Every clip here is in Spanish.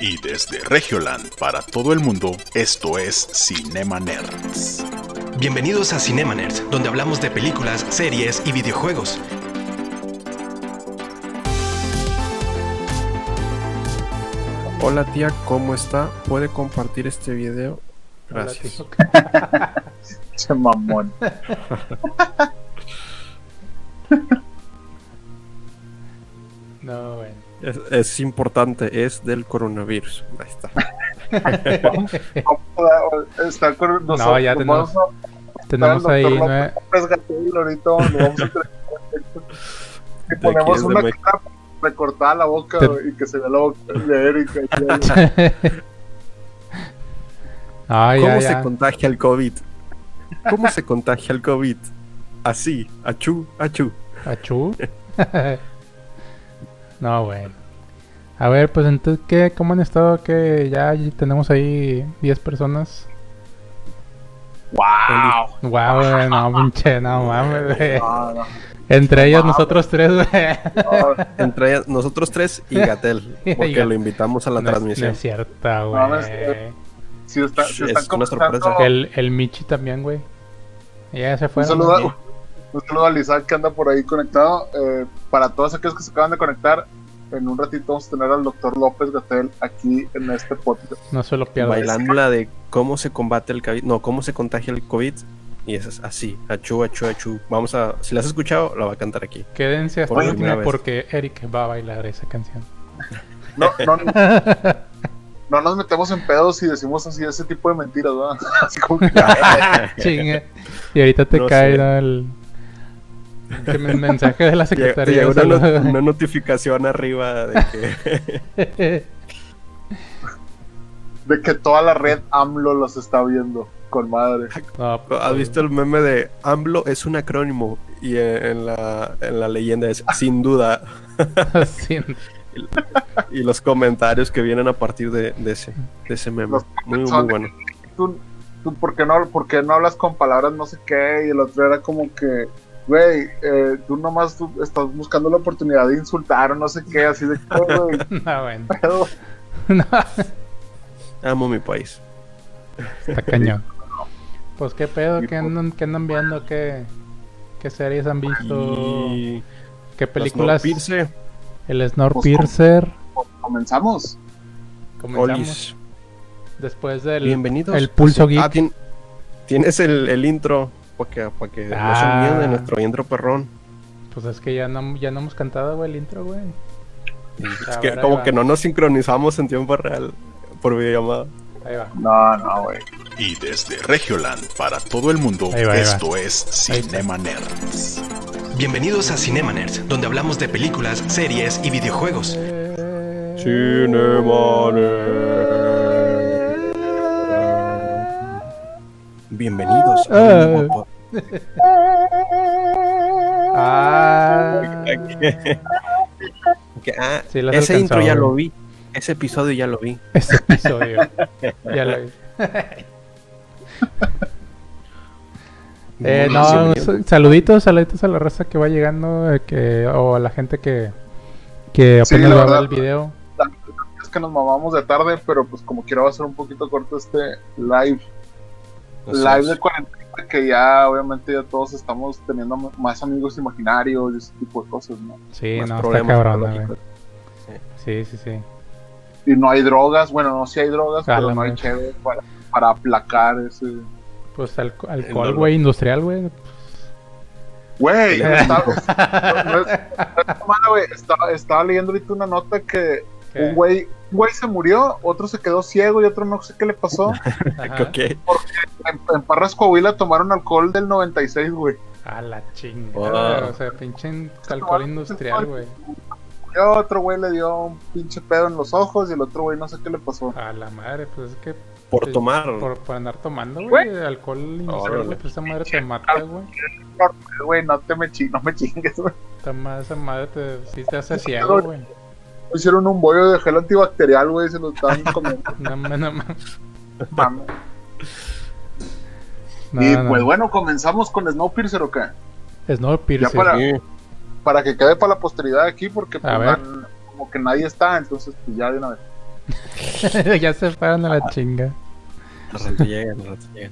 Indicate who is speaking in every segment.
Speaker 1: Y desde Regioland para todo el mundo, esto es Cinema Nerds.
Speaker 2: Bienvenidos a Cinema Nerds, donde hablamos de películas, series y videojuegos.
Speaker 3: Hola tía, ¿cómo está? ¿Puede compartir este video? Gracias.
Speaker 4: Che mamón.
Speaker 5: No, bueno.
Speaker 3: Es, es importante, es del coronavirus. Ahí está.
Speaker 4: Está con nosotros.
Speaker 5: No, ya
Speaker 4: Vamos
Speaker 5: tenemos-
Speaker 4: a buscar
Speaker 5: Tenemos
Speaker 4: al
Speaker 5: ahí
Speaker 4: doctor
Speaker 5: nueve.
Speaker 4: López Gatell, ahorita donde vamos a tener contacto.
Speaker 3: De
Speaker 4: Le
Speaker 3: aquí
Speaker 4: ponemos
Speaker 3: es de
Speaker 4: una
Speaker 3: México.
Speaker 4: cara recortada la boca
Speaker 5: Te-
Speaker 4: güey, y que se vea la boca de Erika. y-
Speaker 5: Ah,
Speaker 3: ¿Cómo
Speaker 5: ya,
Speaker 3: se
Speaker 5: ya.
Speaker 3: contagia el COVID? ¿Cómo se contagia el COVID? Así, achú, achú.
Speaker 5: ¿Achú? no, bueno. A ver, pues entonces, ¿qué? ¿Cómo han estado? Que ya tenemos ahí 10 personas.
Speaker 4: ¡Wow!
Speaker 5: Guau, güey, no, pinche, no mames, güey.
Speaker 4: No, no,
Speaker 5: Entre ellos nosotros tres, güey.
Speaker 4: no,
Speaker 3: Entre ellas- nosotros tres y Gatel,
Speaker 5: Y
Speaker 3: porque
Speaker 5: Gat-
Speaker 3: lo invitamos a la
Speaker 5: No es- No
Speaker 3: transmisión.
Speaker 5: es cierto,
Speaker 4: No, no es
Speaker 5: güey.
Speaker 4: cierto. Si, está, si
Speaker 3: Es
Speaker 4: están
Speaker 3: una
Speaker 4: comentando,
Speaker 3: sorpresa.
Speaker 5: El, el Michi también, güey. Ya se fue.
Speaker 4: Un saludo, a- un saludo al Isaac que anda por ahí conectado. Eh, para todos aquellos que se acaban de conectar, en un ratito vamos a tener al doctor López Gatel aquí en este podcast.
Speaker 5: No se lo pierdas.
Speaker 3: Bailando la de cómo se combate el COVID, no, cómo se contagia el COVID. Y eso es así, achú, achú, achú. Vamos a, si la has escuchado, la va a cantar aquí.
Speaker 5: Quédense hasta
Speaker 3: Por
Speaker 5: el
Speaker 3: primera
Speaker 5: último
Speaker 3: vez.
Speaker 5: porque Eric va a bailar esa canción.
Speaker 4: No, no, no nos metemos en pedos y decimos así ese tipo de mentiras, ¿verdad? Así como que,
Speaker 5: Chingue. eh, Y ahorita te
Speaker 3: No
Speaker 5: cae
Speaker 3: sé.
Speaker 5: ¿no? el el men- mensaje de la
Speaker 3: Llega-
Speaker 5: secretaría.
Speaker 3: llega
Speaker 5: de
Speaker 3: una,
Speaker 5: salud,
Speaker 3: not-
Speaker 5: güey.
Speaker 3: una notificación arriba de que
Speaker 4: de que toda la red AMLO los está viendo con madre.
Speaker 5: No, pues,
Speaker 3: has visto el meme de AMLO es un acrónimo y eh, en la, en la leyenda es sin duda
Speaker 5: sí.
Speaker 3: y los comentarios que vienen a partir de, de ese, de ese meme.
Speaker 4: Los
Speaker 3: Muy, muy
Speaker 4: son-
Speaker 3: bueno.
Speaker 4: Tú, tú ¿por, qué no, por qué no hablas con palabras no sé qué? Y el otro era como que, güey, eh, tú nomás tú estás buscando la oportunidad de insultar o no sé qué, así de que, güey,
Speaker 5: No, bueno.
Speaker 4: pedo.
Speaker 5: No,
Speaker 3: Amo mi país.
Speaker 5: está cañón. Pues qué pedo,
Speaker 4: Y
Speaker 5: qué
Speaker 4: por-
Speaker 5: andan, qué andan viendo, qué, qué series han visto,
Speaker 3: Y
Speaker 5: qué
Speaker 3: los no
Speaker 5: películas.
Speaker 3: pierce,
Speaker 5: El Snorpiercer.
Speaker 4: Pues, Comenzamos.
Speaker 5: Comenzamos
Speaker 3: olis.
Speaker 5: después del
Speaker 3: Bienvenidos.
Speaker 5: el pulso
Speaker 3: Ah,
Speaker 5: geek.
Speaker 3: tien- tienes el, el intro para que, pa' que no se
Speaker 5: Ah.
Speaker 3: olviden de nuestro intro perrón.
Speaker 5: Pues es que ya no, ya no hemos cantado, güey, el intro, güey.
Speaker 3: Es
Speaker 5: Ah,
Speaker 3: que
Speaker 5: ahora ahí
Speaker 3: como
Speaker 5: va.
Speaker 3: que no nos sincronizamos en tiempo real por videollamada.
Speaker 5: Ahí va.
Speaker 4: No, no, güey.
Speaker 1: Y desde Regioland para todo el mundo,
Speaker 5: Ahí va, ahí va.
Speaker 1: esto es
Speaker 5: Ahí está.
Speaker 1: Cinema Nerds.
Speaker 2: Bienvenidos a Cinema Nerds, donde hablamos de películas, series y videojuegos.
Speaker 5: Eh. Eh,
Speaker 3: Bienvenidos
Speaker 5: Ah.
Speaker 3: a un nuevo
Speaker 5: Ah,
Speaker 3: podcast. Que, ah,
Speaker 5: Sí, las
Speaker 3: ese
Speaker 5: alcanzaba,
Speaker 3: intro ya
Speaker 5: güey.
Speaker 3: lo vi. Ese episodio ya lo vi.
Speaker 5: ese episodio. ya lo vi. Eh,
Speaker 3: Muy
Speaker 5: no,
Speaker 3: bienvenido.
Speaker 5: sa- saluditos, saluditos a la raza que va llegando eh, que, o a la gente que, que apenas
Speaker 4: Sí, la
Speaker 5: va a ver el
Speaker 4: verdad.
Speaker 5: video.
Speaker 4: La- Es que nos mamamos de tarde, pero pues como quiera va a ser un poquito corto este live.
Speaker 3: Así
Speaker 4: live
Speaker 3: es.
Speaker 4: de cuarentena que ya obviamente ya todos estamos teniendo m- más amigos imaginarios y ese tipo de cosas, ¿no?
Speaker 5: Sí,
Speaker 3: Más
Speaker 5: no, está
Speaker 3: problemas
Speaker 5: cabrón,
Speaker 3: psicológicos.
Speaker 5: güey. Sí, sí, sí.
Speaker 4: Y no hay drogas, bueno, no, sí hay drogas,
Speaker 5: Ah, la
Speaker 4: pero no hay
Speaker 5: madre.
Speaker 4: chévere para, para aplacar ese...
Speaker 5: Pues alco- alcohol,
Speaker 3: dolor.
Speaker 5: güey, industrial, güey.
Speaker 4: Güey, estaba, no- no es- no es mala, güey, estaba- estaba leyendo ahorita una nota que
Speaker 5: ¿Qué?
Speaker 4: un güey, un güey se murió, otro se quedó ciego y otro no sé qué le pasó.
Speaker 5: Ajá.
Speaker 3: Ok.
Speaker 4: En, en Parras, Coahuila tomaron alcohol del 96, güey.
Speaker 5: A la chinga.
Speaker 3: Wow.
Speaker 5: O sea, pinche alcohol industrial, güey.
Speaker 4: Y a otro güey le dio un pinche pedo en los ojos y el otro güey no sé qué le pasó.
Speaker 5: A la madre, pues es que
Speaker 3: Por tomar.
Speaker 5: por, por andar tomando, güey, alcohol industrial,
Speaker 3: Órale.
Speaker 5: güey, pues esa madre te mata, güey.
Speaker 4: Güey, no te me chi- no me chingues, güey.
Speaker 5: Esa ma- esa madre te, sí te hace ciego, güey.
Speaker 4: Hicieron un bollo de gel antibacterial, güey, se lo estaban comiendo.
Speaker 5: No, ma- no, ma-
Speaker 4: mames.
Speaker 5: no,
Speaker 4: y
Speaker 5: no.
Speaker 4: pues bueno, comenzamos con Snowpiercer o qué?
Speaker 5: Snowpiercer.
Speaker 4: Ya para-
Speaker 3: Sí.
Speaker 4: Para que quede para la posteridad aquí, porque pues,
Speaker 5: A ver.
Speaker 4: man, como que nadie está, entonces pues, ya de una vez.
Speaker 5: ya se fueron a la chinga.
Speaker 3: Al rato llegan, al rato llegan.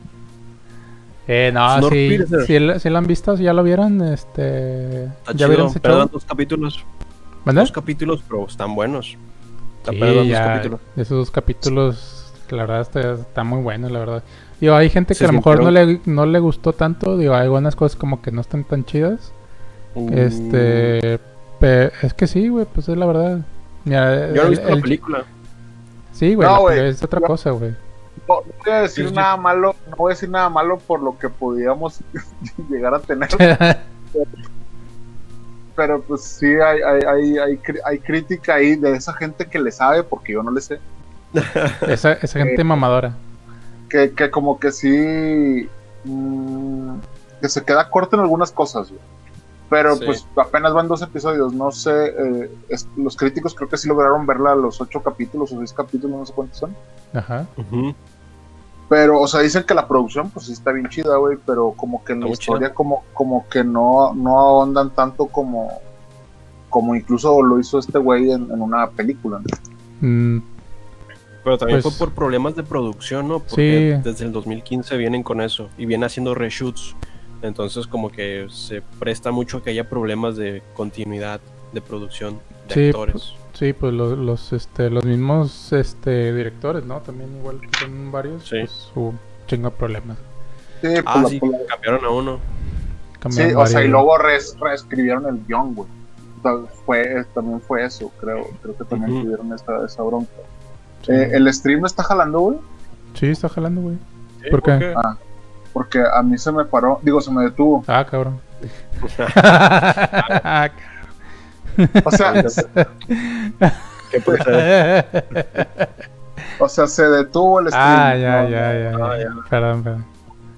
Speaker 5: Eh, no, sí,
Speaker 3: Snowpiercer.
Speaker 5: sí, lo- sí lo han visto, si ya lo vieron, este...
Speaker 3: Está
Speaker 5: ¿Ya
Speaker 3: chido,
Speaker 5: vieron ese
Speaker 3: Perdón,
Speaker 5: show?
Speaker 3: dos capítulos.
Speaker 5: ¿Mande?
Speaker 3: Dos capítulos, pero están buenos. Está
Speaker 5: Sí,
Speaker 3: perdón, dos
Speaker 5: ya,
Speaker 3: capítulos.
Speaker 5: Esos dos capítulos, que la verdad está, está muy bueno, la verdad. Digo, hay gente que
Speaker 3: Se
Speaker 5: a lo mejor no
Speaker 3: sintieron-
Speaker 5: le, no le gustó tanto, digo, hay algunas cosas como que no están tan chidas.
Speaker 3: Mm,
Speaker 5: Este... pe- es que sí, güey, pues es la verdad. Mira,
Speaker 3: Yo no he
Speaker 5: el-
Speaker 3: visto
Speaker 5: el-
Speaker 3: la película.
Speaker 5: Sí, güey,
Speaker 4: No,
Speaker 5: la
Speaker 4: güey.
Speaker 5: película es otra cosa, güey.
Speaker 4: No, no voy a decir
Speaker 3: Sí, sí.
Speaker 4: nada malo, no voy a decir nada malo por lo que podíamos llegar a tener, pero pues sí hay, hay, hay, hay, cri- hay crítica ahí de esa gente que le sabe, porque yo no le sé,
Speaker 5: esa, esa
Speaker 4: Eh,
Speaker 5: gente mamadora.
Speaker 4: que, que como que sí mm, que se queda corto en algunas cosas, güey. Pero
Speaker 3: Sí.
Speaker 4: pues apenas van dos episodios, no sé, eh, es- los críticos creo que sí lograron verla los ocho capítulos o seis capítulos, no sé cuántos son.
Speaker 5: Ajá.
Speaker 3: Ujú.
Speaker 4: Pero, o sea, dicen que la producción, pues sí está bien chida, güey, pero como que en la
Speaker 3: Está muy chida.
Speaker 4: historia, como, como que no, no ahondan tanto como, como incluso lo hizo este güey en, en una película. ¿no?
Speaker 5: Mm,
Speaker 3: Pero también
Speaker 5: Pues-
Speaker 3: fue por problemas de producción, ¿no? Porque
Speaker 5: Sí.
Speaker 3: desde el 2015 vienen con eso y vienen haciendo reshoots. Entonces como que se presta mucho a que haya problemas de continuidad de producción de
Speaker 5: Sí,
Speaker 3: actores.
Speaker 5: sí, pues los, los, este, los mismos este, directores, ¿no? También igual que son varios,
Speaker 3: Sí.
Speaker 5: pues hubo un chingo de problemas.
Speaker 4: Sí, pues,
Speaker 3: Ah,
Speaker 4: la-
Speaker 3: sí,
Speaker 4: pues, la-
Speaker 3: cambiaron a uno.
Speaker 4: sí,
Speaker 5: Cambiaron
Speaker 4: o sea, y
Speaker 5: varios.
Speaker 4: luego res- reescribieron el guión, güey. O sea, fue, eh, también fue eso, creo. Creo que también
Speaker 3: Ujú.
Speaker 4: tuvieron esa, esa bronca.
Speaker 5: Sí.
Speaker 4: Eh, el stream está jalando, güey,
Speaker 5: Sí, está jalando, güey.
Speaker 3: Sí,
Speaker 5: ¿Por qué?
Speaker 2: Ah,
Speaker 3: porque-
Speaker 4: porque a mí se me paró, digo, se me detuvo.
Speaker 5: Ah, cabrón. Ah,
Speaker 4: O sea, se-
Speaker 3: ¿Qué puede ser?
Speaker 4: o sea, se detuvo el stream.
Speaker 5: ah, ya,
Speaker 4: No,
Speaker 5: ya, ya,
Speaker 3: Ah,
Speaker 5: ya. Perdón, perdón.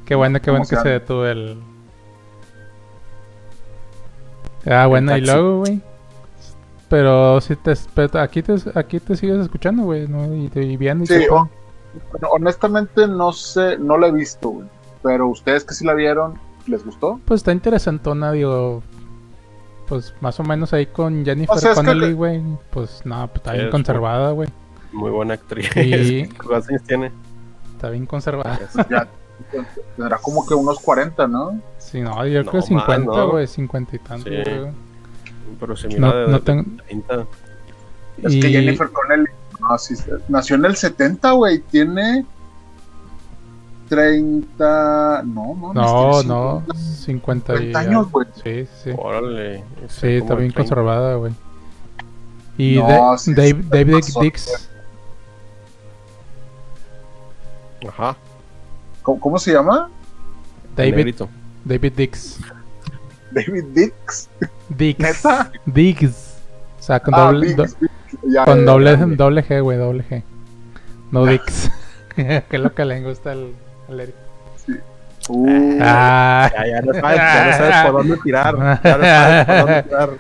Speaker 5: Qué bueno, qué bueno
Speaker 4: ¿Cómo
Speaker 5: que se
Speaker 4: se llama?
Speaker 5: detuvo el. Ah, bueno, y
Speaker 3: taxi.
Speaker 5: luego, güey. Pero si te pero aquí te aquí te sigues escuchando, güey, ¿no? y, te- y viendo y
Speaker 4: Sí,
Speaker 5: qué pedo.
Speaker 4: o- Bueno, honestamente no sé, no la he visto, güey. Pero ustedes que sí la vieron, ¿les gustó?
Speaker 5: Pues está interesantona, digo. Pues más o menos ahí con Jennifer
Speaker 4: O sea, es que
Speaker 5: Connelly,
Speaker 4: le-
Speaker 5: güey. Pues no, pues, está
Speaker 3: Sí,
Speaker 5: bien
Speaker 3: es
Speaker 5: conservada, güey.
Speaker 3: Muy buena actriz.
Speaker 5: Sí.
Speaker 3: ¿Cuántos años tiene?
Speaker 5: Está bien conservada.
Speaker 4: Pues Ya tendrá como que unos 40, ¿no?
Speaker 5: Sí, no, yo
Speaker 3: No,
Speaker 5: creo
Speaker 3: más,
Speaker 5: 50,
Speaker 3: ¿no?
Speaker 5: güey, 50 y tanto.
Speaker 3: Sí.
Speaker 5: güey.
Speaker 3: Pero se mira
Speaker 5: No,
Speaker 3: de,
Speaker 5: no
Speaker 3: de
Speaker 5: tengo-
Speaker 3: 30.
Speaker 4: Es que
Speaker 5: Y-
Speaker 4: Jennifer Connelly no, sí, nació en el 70, güey. Tiene 30. No, no,
Speaker 5: No,
Speaker 4: tiene
Speaker 5: no,
Speaker 4: 50,
Speaker 5: 50 y...
Speaker 4: 50 años, güey.
Speaker 5: Sí, sí.
Speaker 3: Órale.
Speaker 5: Sí, está bien
Speaker 3: conservado.
Speaker 5: conservada, güey. Y
Speaker 4: No,
Speaker 5: Da-
Speaker 4: sí,
Speaker 5: Dave-
Speaker 4: sí,
Speaker 5: David
Speaker 4: pasó,
Speaker 5: Dix,
Speaker 3: Ajá.
Speaker 4: ¿Cómo, cómo se llama?
Speaker 5: David,
Speaker 3: Negrito.
Speaker 5: David Dix,
Speaker 4: David Dix.
Speaker 5: Dix,
Speaker 4: ¿Neta?
Speaker 5: Dix, o sea, con
Speaker 4: Ah,
Speaker 5: doble,
Speaker 4: Dix,
Speaker 5: do-
Speaker 4: Dix, ya,
Speaker 5: con
Speaker 4: ya,
Speaker 5: doble,
Speaker 4: ya, ya.
Speaker 5: doble G, güey, doble G, no Dix, que es lo que le gusta al, al Eric.
Speaker 4: Uh,
Speaker 5: Ah,
Speaker 2: Ya, ya no sabes, ya no sabes por dónde tirar. Ya no sabes por dónde tirar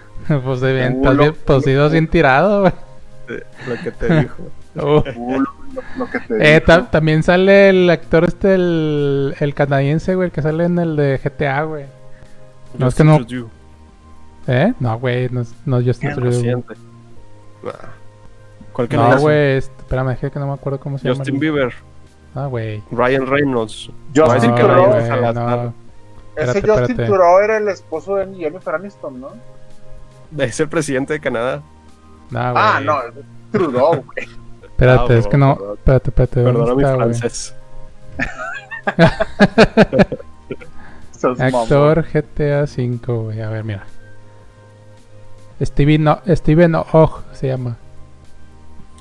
Speaker 5: pues de bien,
Speaker 4: Uh,
Speaker 5: estás
Speaker 4: lo-
Speaker 5: bien, pues sí, dos bien tirado, güey.
Speaker 2: lo que te dijo.
Speaker 5: Uh.
Speaker 4: uh, lo, lo que te
Speaker 5: Eh,
Speaker 4: digo.
Speaker 5: ta- también sale el actor este, el, el canadiense, güey, el que sale en el de GTA, güey. No, es que no-
Speaker 3: Justin Trudeau,
Speaker 5: ¿Eh? No, güey, no, es- no Justin
Speaker 3: el
Speaker 5: Trudeau.
Speaker 3: reciente. Ah. ¿Cuál que
Speaker 5: No,
Speaker 3: no?
Speaker 5: güey, este- espérame, dije que no me acuerdo cómo se
Speaker 3: Justin
Speaker 5: llama.
Speaker 3: Bieber,
Speaker 5: Ah, güey.
Speaker 3: Ryan Reynolds.
Speaker 5: No,
Speaker 4: Justin
Speaker 3: Así que
Speaker 5: güey,
Speaker 4: Trudeau.
Speaker 3: vamos a
Speaker 5: no.
Speaker 3: gastar.
Speaker 4: Ese
Speaker 5: Espérate,
Speaker 4: Justin
Speaker 5: espérate.
Speaker 4: Trudeau era el esposo de Jennifer Aniston, ¿no?
Speaker 3: Es el presidente de Canadá.
Speaker 5: No,
Speaker 4: Ah,
Speaker 5: güey.
Speaker 4: no, es Trudeau, güey.
Speaker 5: Espérate,
Speaker 3: Ah,
Speaker 5: es que no.
Speaker 3: perdón.
Speaker 5: Espérate, espérate. ¿dónde
Speaker 3: Perdona mi
Speaker 5: está, güey?
Speaker 3: francés.
Speaker 4: Seas mamón.
Speaker 5: Actor GTA V, güey. A ver, mira. Steven, no, Steven Ogg se llama.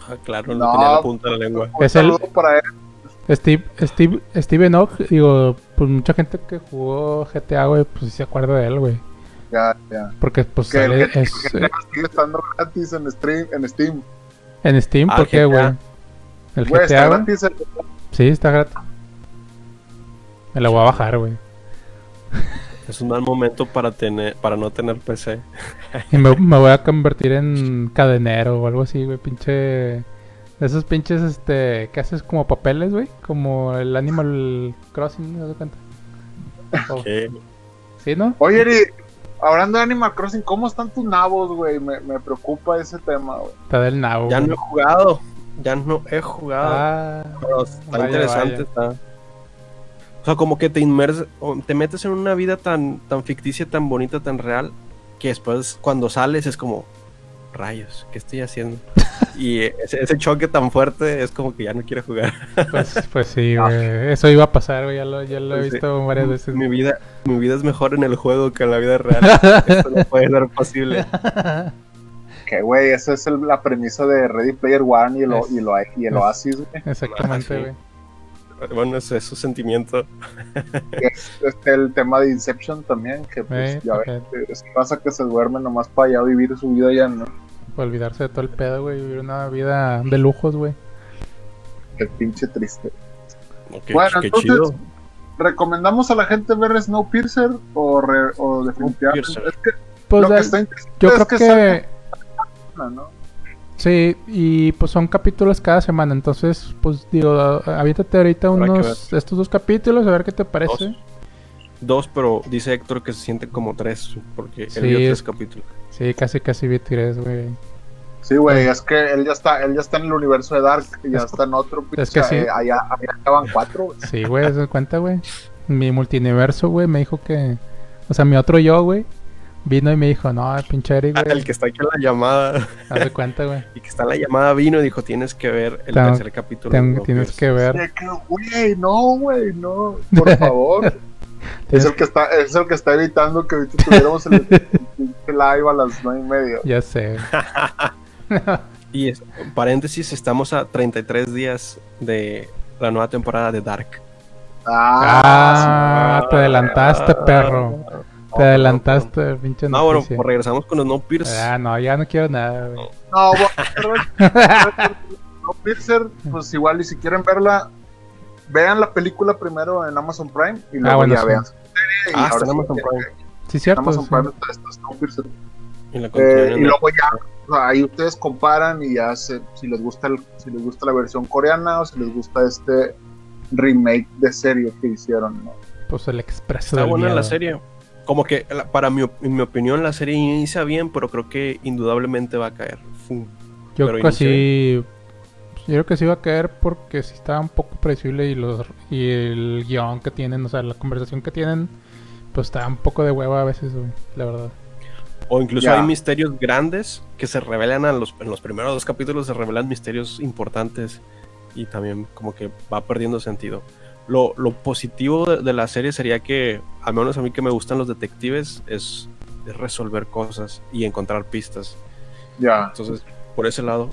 Speaker 3: Ah, claro, no,
Speaker 4: No.
Speaker 3: tenía la punta de la lengua.
Speaker 4: Un
Speaker 5: Es el-
Speaker 4: saludo para él.
Speaker 5: Steve, Steve, Steven Ogg, digo, pues mucha gente que jugó GTA, güey, pues sí se acuerda de él, güey.
Speaker 4: Ya, ya.
Speaker 5: Porque pues
Speaker 4: Que el
Speaker 5: sale-
Speaker 4: GTA
Speaker 5: es, eh,
Speaker 4: Sigue estando gratis en, stream, en Steam.
Speaker 5: en Steam,
Speaker 3: Ah,
Speaker 5: ¿por qué,
Speaker 3: GTA?
Speaker 5: güey? El
Speaker 4: Güey, está
Speaker 5: GTA, güey.
Speaker 4: gratis. el-
Speaker 5: Sí, está gratis. Me la voy a bajar, güey.
Speaker 3: Es un mal momento para tener, para no tener PC.
Speaker 5: Y me, me voy a convertir en cadenero o algo así, güey. Pinche. De esos pinches, este. que haces como papeles, güey. Como el Animal Crossing, ¿no te das cuenta? Oh,
Speaker 3: Que
Speaker 5: ¿Sí, no?
Speaker 4: Oye, Eri, hablando de Animal Crossing, ¿cómo están tus nabos, güey? Me, me preocupa ese tema, güey.
Speaker 5: Está del nabo.
Speaker 3: ya
Speaker 5: güey.
Speaker 3: no he jugado. ya no he jugado.
Speaker 5: Ah,
Speaker 3: Pero está
Speaker 5: Vaya,
Speaker 3: interesante,
Speaker 5: vaya.
Speaker 3: está. O sea, como que te inmersas, o te metes en una vida tan, tan ficticia, tan bonita, tan real, que después cuando sales es como, rayos, ¿qué estoy haciendo? y ese, ese choque tan fuerte es como que ya no quiero jugar.
Speaker 5: pues, pues sí,
Speaker 4: Ah.
Speaker 5: güey. Eso iba a pasar, güey. Ya lo, ya lo he
Speaker 3: Pues sí.
Speaker 5: visto varias veces.
Speaker 3: mi, vida, mi vida es mejor en el juego que en la vida real. Esto no puede ser posible.
Speaker 4: Que, güey, esa es el- la premisa de Ready Player One y el, o-
Speaker 5: Es-
Speaker 4: y el, o- y el
Speaker 5: es-
Speaker 4: Oasis, güey.
Speaker 5: Exactamente,
Speaker 3: Ah, sí.
Speaker 5: güey.
Speaker 3: Bueno, ese es su sentimiento.
Speaker 4: Que es, este, el tema de Inception también, que pues,
Speaker 5: Eh,
Speaker 4: ya
Speaker 5: ok.
Speaker 4: ves, es raza que se duerme nomás para ya vivir su vida ya, ¿no?
Speaker 5: Por Olvidarse de todo el pedo, güey. Vivir una vida de lujos, güey.
Speaker 4: Qué pinche triste.
Speaker 3: Ok,
Speaker 4: Bueno,
Speaker 3: qué
Speaker 4: entonces,
Speaker 3: chido.
Speaker 4: ¿Recomendamos a la gente ver Snowpiercer o, re- o definitivamente?
Speaker 3: Snowpiercer.
Speaker 4: Es que
Speaker 5: Pues
Speaker 4: lo que
Speaker 5: eh,
Speaker 4: está interesante
Speaker 5: yo
Speaker 4: es
Speaker 5: creo que,
Speaker 4: sale una, ¿no?
Speaker 5: sí, y pues son capítulos cada semana, entonces pues digo, aviéntate ahorita
Speaker 3: Habrá que
Speaker 5: unos estos dos capítulos a ver qué te parece.
Speaker 3: Dos. Dos, pero dice Héctor que se siente como tres, porque él
Speaker 5: Sí,
Speaker 3: vio tres
Speaker 5: es-
Speaker 3: capítulos.
Speaker 5: Sí, casi casi vi tres, güey.
Speaker 4: Sí, güey, es que él ya está, él ya está en el universo de Dark, y ya
Speaker 5: Es-
Speaker 4: está en otro,
Speaker 5: es
Speaker 4: pinche,
Speaker 5: que sí.
Speaker 4: eh, allá, allá acaban cuatro, güey.
Speaker 5: Sí, güey, se da cuenta, güey. Mi multiverso, güey, me dijo que o sea, mi otro yo, güey, vino y me dijo, "No, pinche Eric,
Speaker 3: Ah,
Speaker 5: güey."
Speaker 3: el que está aquí en la llamada.
Speaker 5: Haz de cuenta, güey.
Speaker 3: Y que está en la llamada vino y dijo, tienes que ver el
Speaker 5: Tengo-
Speaker 3: tercer capítulo.
Speaker 5: Ten-
Speaker 3: ¿no?
Speaker 5: tienes
Speaker 3: Pues,
Speaker 5: que ver.
Speaker 4: De que, güey, no, güey, no, por favor. es,
Speaker 5: tienes
Speaker 4: el que está, es el que está evitando que ahorita tuviéramos el, el pinche live a las nueve y media.
Speaker 5: que- Ya sé. güey.
Speaker 3: Y es- paréntesis, estamos a 33 días de la nueva temporada de Dark.
Speaker 5: Ah,
Speaker 4: sí,
Speaker 5: te adelantaste,
Speaker 3: Ah,
Speaker 5: perro. Te adelantaste, pinche
Speaker 3: No, bueno,
Speaker 5: noticia.
Speaker 3: pues regresamos con los No Pierce.
Speaker 5: Ah, no, ya no quiero nada, güey.
Speaker 4: No, bueno, no, Piercer, pues igual, y si quieren verla, vean la película primero en Amazon Prime y luego
Speaker 5: Ah, bueno,
Speaker 4: ya
Speaker 5: sí.
Speaker 4: vean su serie. y
Speaker 3: Ah,
Speaker 4: ahora
Speaker 3: está en
Speaker 4: sí,
Speaker 3: Amazon
Speaker 4: ya-
Speaker 3: Prime.
Speaker 5: Sí, cierto.
Speaker 4: Amazon
Speaker 5: sí.
Speaker 4: Prime está, está Snowpiercer.
Speaker 3: Y la
Speaker 4: Eh,
Speaker 3: continuaron
Speaker 4: y
Speaker 3: en-
Speaker 4: luego ya o sea, ahí ustedes comparan y ya se- si les gusta el- si les gusta la versión coreana o si les gusta este remake de serie que hicieron ¿no?
Speaker 5: Pues el expreso
Speaker 3: Está
Speaker 5: del
Speaker 3: buena la
Speaker 5: miedo.
Speaker 3: serie. Como que, la- para mi, op- en mi opinión, la serie inicia bien, pero creo que indudablemente va a caer. Fu.
Speaker 5: Yo
Speaker 3: pero
Speaker 5: creo que
Speaker 3: inició
Speaker 5: sí. Yo creo que sí va a caer porque sí está un poco predecible y los y el guión que tienen, o sea, la conversación que tienen, pues está un poco de hueva a veces, güey, la verdad.
Speaker 3: O incluso
Speaker 4: Ya.
Speaker 3: hay misterios grandes que se revelan a los, en los primeros dos capítulos, se revelan misterios importantes y también como que va perdiendo sentido. Lo, lo positivo de, de la serie sería que, al menos a mí que me gustan los detectives, es, es resolver cosas y encontrar pistas.
Speaker 4: ya
Speaker 3: Entonces, por ese lado,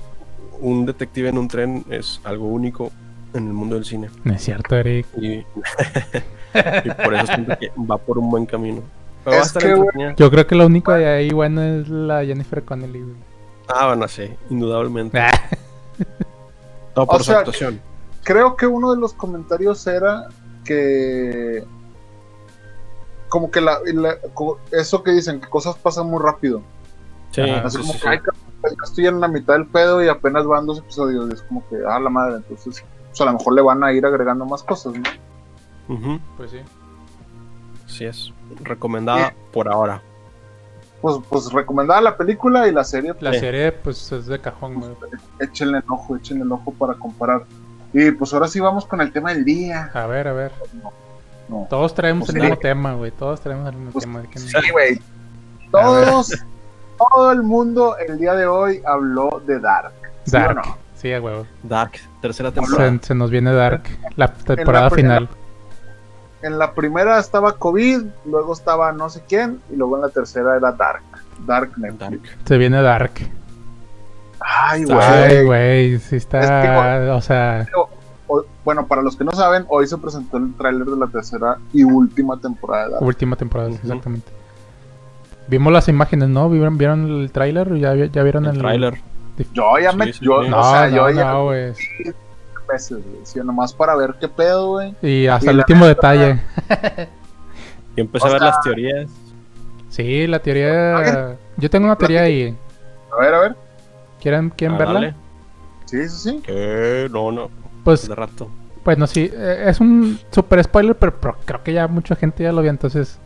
Speaker 3: un detective en un tren es algo único en el mundo del cine.
Speaker 5: No es cierto, Eric.
Speaker 3: Y, y por eso siento que va por un buen camino. Pero va a
Speaker 4: Es
Speaker 3: estar
Speaker 4: que, güey,
Speaker 3: entretenida.
Speaker 5: Yo creo que lo único de ahí bueno es la Jennifer Connelly, güey.
Speaker 3: Ah, bueno, sí, indudablemente.
Speaker 5: Ah,
Speaker 3: No, por su
Speaker 4: sea,
Speaker 3: actuación.
Speaker 4: creo que uno de los comentarios era que como que la, la- co- eso que dicen que cosas pasan muy rápido
Speaker 3: Sí,
Speaker 5: Ajá.
Speaker 4: así
Speaker 3: sí,
Speaker 4: como
Speaker 3: Ah, pues sí,
Speaker 4: que
Speaker 3: sí.
Speaker 4: "Ay, cabrón, ya estoy en la mitad del pedo y apenas van dos episodios y es como que ah la madre entonces pues a lo mejor le van a ir agregando más cosas ¿no?
Speaker 3: Ujú,
Speaker 5: pues sí.
Speaker 3: sí es. Recomendada por ahora.
Speaker 4: pues pues recomendada la película y la serie
Speaker 5: La
Speaker 3: Sí.
Speaker 5: serie, pues es de cajón, güey.
Speaker 4: échenle el ojo, échenle el ojo para comparar. Y pues ahora sí vamos con el tema del día.
Speaker 5: A ver, a ver.
Speaker 4: No.
Speaker 5: Todos traemos
Speaker 4: Pues
Speaker 5: el
Speaker 4: sí.
Speaker 5: mismo tema, güey. Todos traemos el mismo
Speaker 4: Pues
Speaker 5: tema. ¿de qué no?
Speaker 4: Sí, güey. Todos, todo el mundo el día de hoy habló de Dark. ¿sí o
Speaker 5: Dark.
Speaker 4: no?
Speaker 5: Sí, a huevo.
Speaker 3: Dark, tercera temporada.
Speaker 5: Se, se nos viene Dark. La temporada final.
Speaker 4: En la primera estaba COVID, luego estaba no sé quién, y luego en la tercera era Dark. Dark Netflix.
Speaker 3: Dark.
Speaker 5: Se viene Dark.
Speaker 4: Ay,
Speaker 5: Ay,
Speaker 4: güey.
Speaker 5: güey, sí está.
Speaker 4: Es
Speaker 5: o sea,
Speaker 4: O- Bueno, para los que no saben, hoy se presentó el tráiler de la tercera y última temporada de Dark.
Speaker 5: última temporada, sí,
Speaker 3: Ujú.
Speaker 5: exactamente. Vimos las imágenes, ¿no? ¿Vieron, vieron el tráiler? ¿Ya, vi- ya vieron el,
Speaker 3: El tráiler.
Speaker 4: Yo ya
Speaker 3: Sí,
Speaker 4: me...
Speaker 3: sí,
Speaker 4: yo,
Speaker 3: sí.
Speaker 5: No,
Speaker 4: o sea, yo
Speaker 5: no,
Speaker 4: ya...
Speaker 5: no, güey.
Speaker 4: veces, güey, sí, nomás para ver qué pedo, güey.
Speaker 5: Y hasta
Speaker 4: Y
Speaker 5: el
Speaker 4: la
Speaker 5: último
Speaker 4: neta-
Speaker 5: detalle.
Speaker 3: Y empecé
Speaker 4: O
Speaker 3: a ver
Speaker 4: sea-
Speaker 3: las teorías.
Speaker 5: Sí, la teoría. Yo tengo una teoría ahí.
Speaker 4: A ver, a ver.
Speaker 5: ¿Quieren, quieren
Speaker 3: Ah,
Speaker 5: verla?
Speaker 3: dale.
Speaker 4: Sí, sí, sí.
Speaker 3: ¿Qué? No, no.
Speaker 5: Pues,
Speaker 3: De rato.
Speaker 5: bueno, sí. eh, Es un super spoiler, pero, pero creo que ya mucha gente ya lo vio, entonces.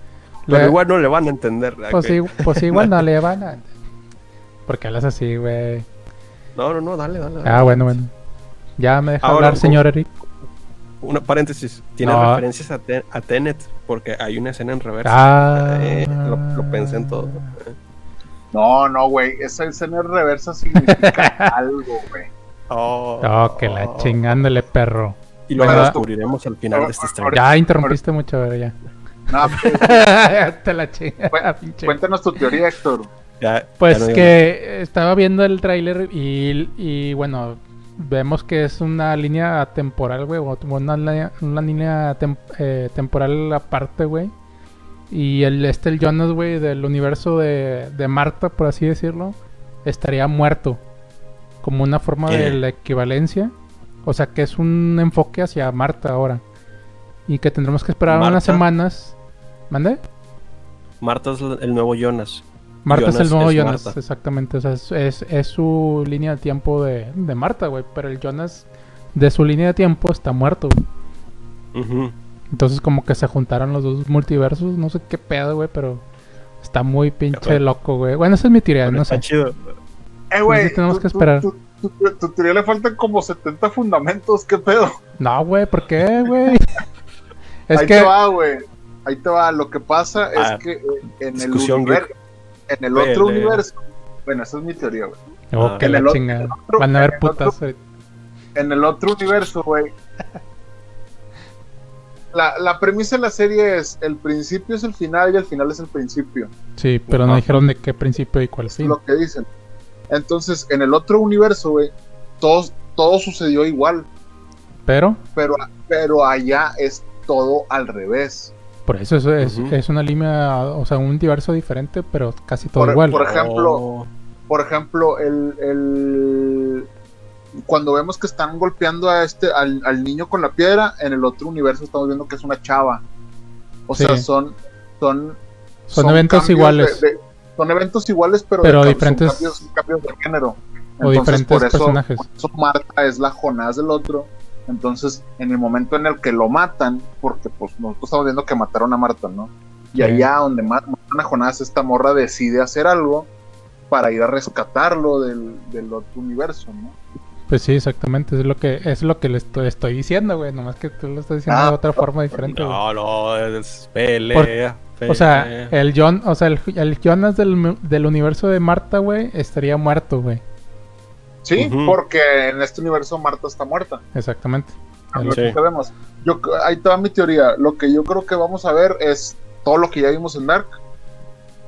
Speaker 3: Pero
Speaker 5: le-
Speaker 3: igual no le van a entender. ¿a
Speaker 5: pues,
Speaker 3: qué?
Speaker 5: igu- pues igual no le van a. Porque hablas así, güey.
Speaker 3: No, no, no, dale, dale. dale.
Speaker 5: Ah, bueno, bueno. Ya me deja
Speaker 3: Ahora, pues,
Speaker 5: hablar, señor Eric.
Speaker 3: Una paréntesis, tiene
Speaker 5: Ah.
Speaker 3: referencias a, Ten- a Tenet porque hay una escena en reversa.
Speaker 5: Ah,
Speaker 3: Eh, lo, lo pensé en todo.
Speaker 4: No, no, güey. Esa escena en reversa significa algo, güey.
Speaker 3: Oh,
Speaker 5: Oh, que la chingándole, perro.
Speaker 3: Y lo
Speaker 5: Ahora-
Speaker 3: descubriremos al final de este stream.
Speaker 4: Ahora-
Speaker 5: Ya interrumpiste mucho, pero ya.
Speaker 4: No, pues,
Speaker 5: Ya Te la chingas,
Speaker 4: Cuen-
Speaker 5: pinche.
Speaker 4: cuéntanos tu teoría, Héctor.
Speaker 3: Ya-
Speaker 5: Pues
Speaker 3: ya no digo
Speaker 5: que estaba viendo el tráiler y, y bueno, vemos que es una línea temporal, güey, o una, línea- una línea tem- eh, temporal aparte, güey. Y el este el Jonas, güey, del universo de, de Marta, por así decirlo, estaría muerto. Como una forma
Speaker 2: ¿Qué?
Speaker 5: de
Speaker 3: Eh.
Speaker 5: la equivalencia. O sea que es un enfoque hacia Marta ahora. Y que tendremos que esperar unas
Speaker 3: ¿Marta?
Speaker 5: semanas. ¿Mande?
Speaker 3: Marta es el nuevo Jonas.
Speaker 5: Marta es
Speaker 3: Jonas
Speaker 5: el nuevo
Speaker 3: es
Speaker 5: Jonas,
Speaker 3: Marta.
Speaker 5: exactamente. O sea, es, es- es su línea de tiempo de, de Marta, güey. Pero el Jonas de su línea de tiempo está muerto. güey.
Speaker 3: Ujú.
Speaker 5: Entonces como que se juntaron los dos multiversos. No sé qué pedo, güey, pero está muy pinche
Speaker 3: Pero-
Speaker 5: loco, güey. Bueno, esa es mi teoría,
Speaker 3: Pero
Speaker 5: no
Speaker 3: está
Speaker 5: sé.
Speaker 3: chido.
Speaker 4: Eh, güey.
Speaker 5: sí tenemos
Speaker 4: tu-
Speaker 5: que
Speaker 4: tu-
Speaker 5: esperar.
Speaker 4: Tu, tu- tu- tu teoría le faltan como 70 fundamentos. ¿Qué pedo?
Speaker 5: No, güey, ¿por qué, güey? es
Speaker 4: Ahí
Speaker 5: que...
Speaker 4: te va, güey. Ahí te va. Lo que pasa
Speaker 3: Ah,
Speaker 4: es que eh, en el,
Speaker 3: discusión,
Speaker 4: univer- en el
Speaker 3: Güey,
Speaker 4: otro
Speaker 3: de-
Speaker 4: universo. Bueno, esa es mi teoría, güey.
Speaker 5: Oh,
Speaker 3: Ah.
Speaker 5: que
Speaker 4: En
Speaker 5: la
Speaker 4: el otro-
Speaker 5: chinga.
Speaker 4: otro-
Speaker 5: Van a
Speaker 4: en
Speaker 5: haber
Speaker 4: el otro-
Speaker 5: putas. eh, ahorita.
Speaker 4: en el otro universo, güey. La, la premisa de la serie es el principio es el final y el final es el principio.
Speaker 5: Sí, pero no
Speaker 3: Ajá.
Speaker 5: dijeron de qué principio y cuál
Speaker 4: Es
Speaker 5: fin.
Speaker 4: lo que dicen. Entonces, en el otro universo, güey, todo, todo sucedió igual,
Speaker 5: Pero
Speaker 4: pero, pero allá es todo al revés.
Speaker 5: por eso es, es,
Speaker 3: Ujú.
Speaker 5: es una línea, o sea, un universo diferente, pero casi todo
Speaker 4: Por-
Speaker 5: igual.
Speaker 4: por- ejemplo,
Speaker 3: Oh,
Speaker 4: Por ejemplo, el, el- cuando vemos que están golpeando a este al, al niño con la piedra, en el otro universo estamos viendo que es una chava. O
Speaker 5: Sí.
Speaker 4: sea, son son
Speaker 5: Son eventos
Speaker 4: cambios
Speaker 5: iguales.
Speaker 4: de- de- son eventos iguales, pero,
Speaker 5: Pero
Speaker 4: cam- son
Speaker 5: diferentes-
Speaker 4: cambios, son cambios de género.
Speaker 5: o diferentes
Speaker 4: por eso,
Speaker 5: personajes.
Speaker 4: por eso Marta es la Jonás del otro. Entonces, en el momento en el que lo matan, porque pues nosotros estamos viendo que mataron a Marta, ¿no? Y
Speaker 5: Sí.
Speaker 4: allá donde ma- matan a Jonás, esta morra decide hacer algo para ir a rescatarlo del, del otro universo, ¿no?
Speaker 5: Pues sí, exactamente, es lo que es lo que le estoy, estoy diciendo, güey, nomás que tú lo estás diciendo
Speaker 4: Ah,
Speaker 5: de otra forma diferente. güey.
Speaker 3: No, no, es pelea.
Speaker 5: O sea,
Speaker 3: pelea.
Speaker 5: el John, o sea, el, el Jonas del, mu- del universo de Marta, güey, estaría muerto, güey.
Speaker 4: Sí,
Speaker 3: Ujú.
Speaker 4: porque en este universo Marta está muerta.
Speaker 5: Exactamente.
Speaker 4: Es lo
Speaker 3: Sí.
Speaker 4: que sabemos. Yo, c- ahí está mi teoría. Lo que yo creo que vamos a ver es todo lo que ya vimos en Dark,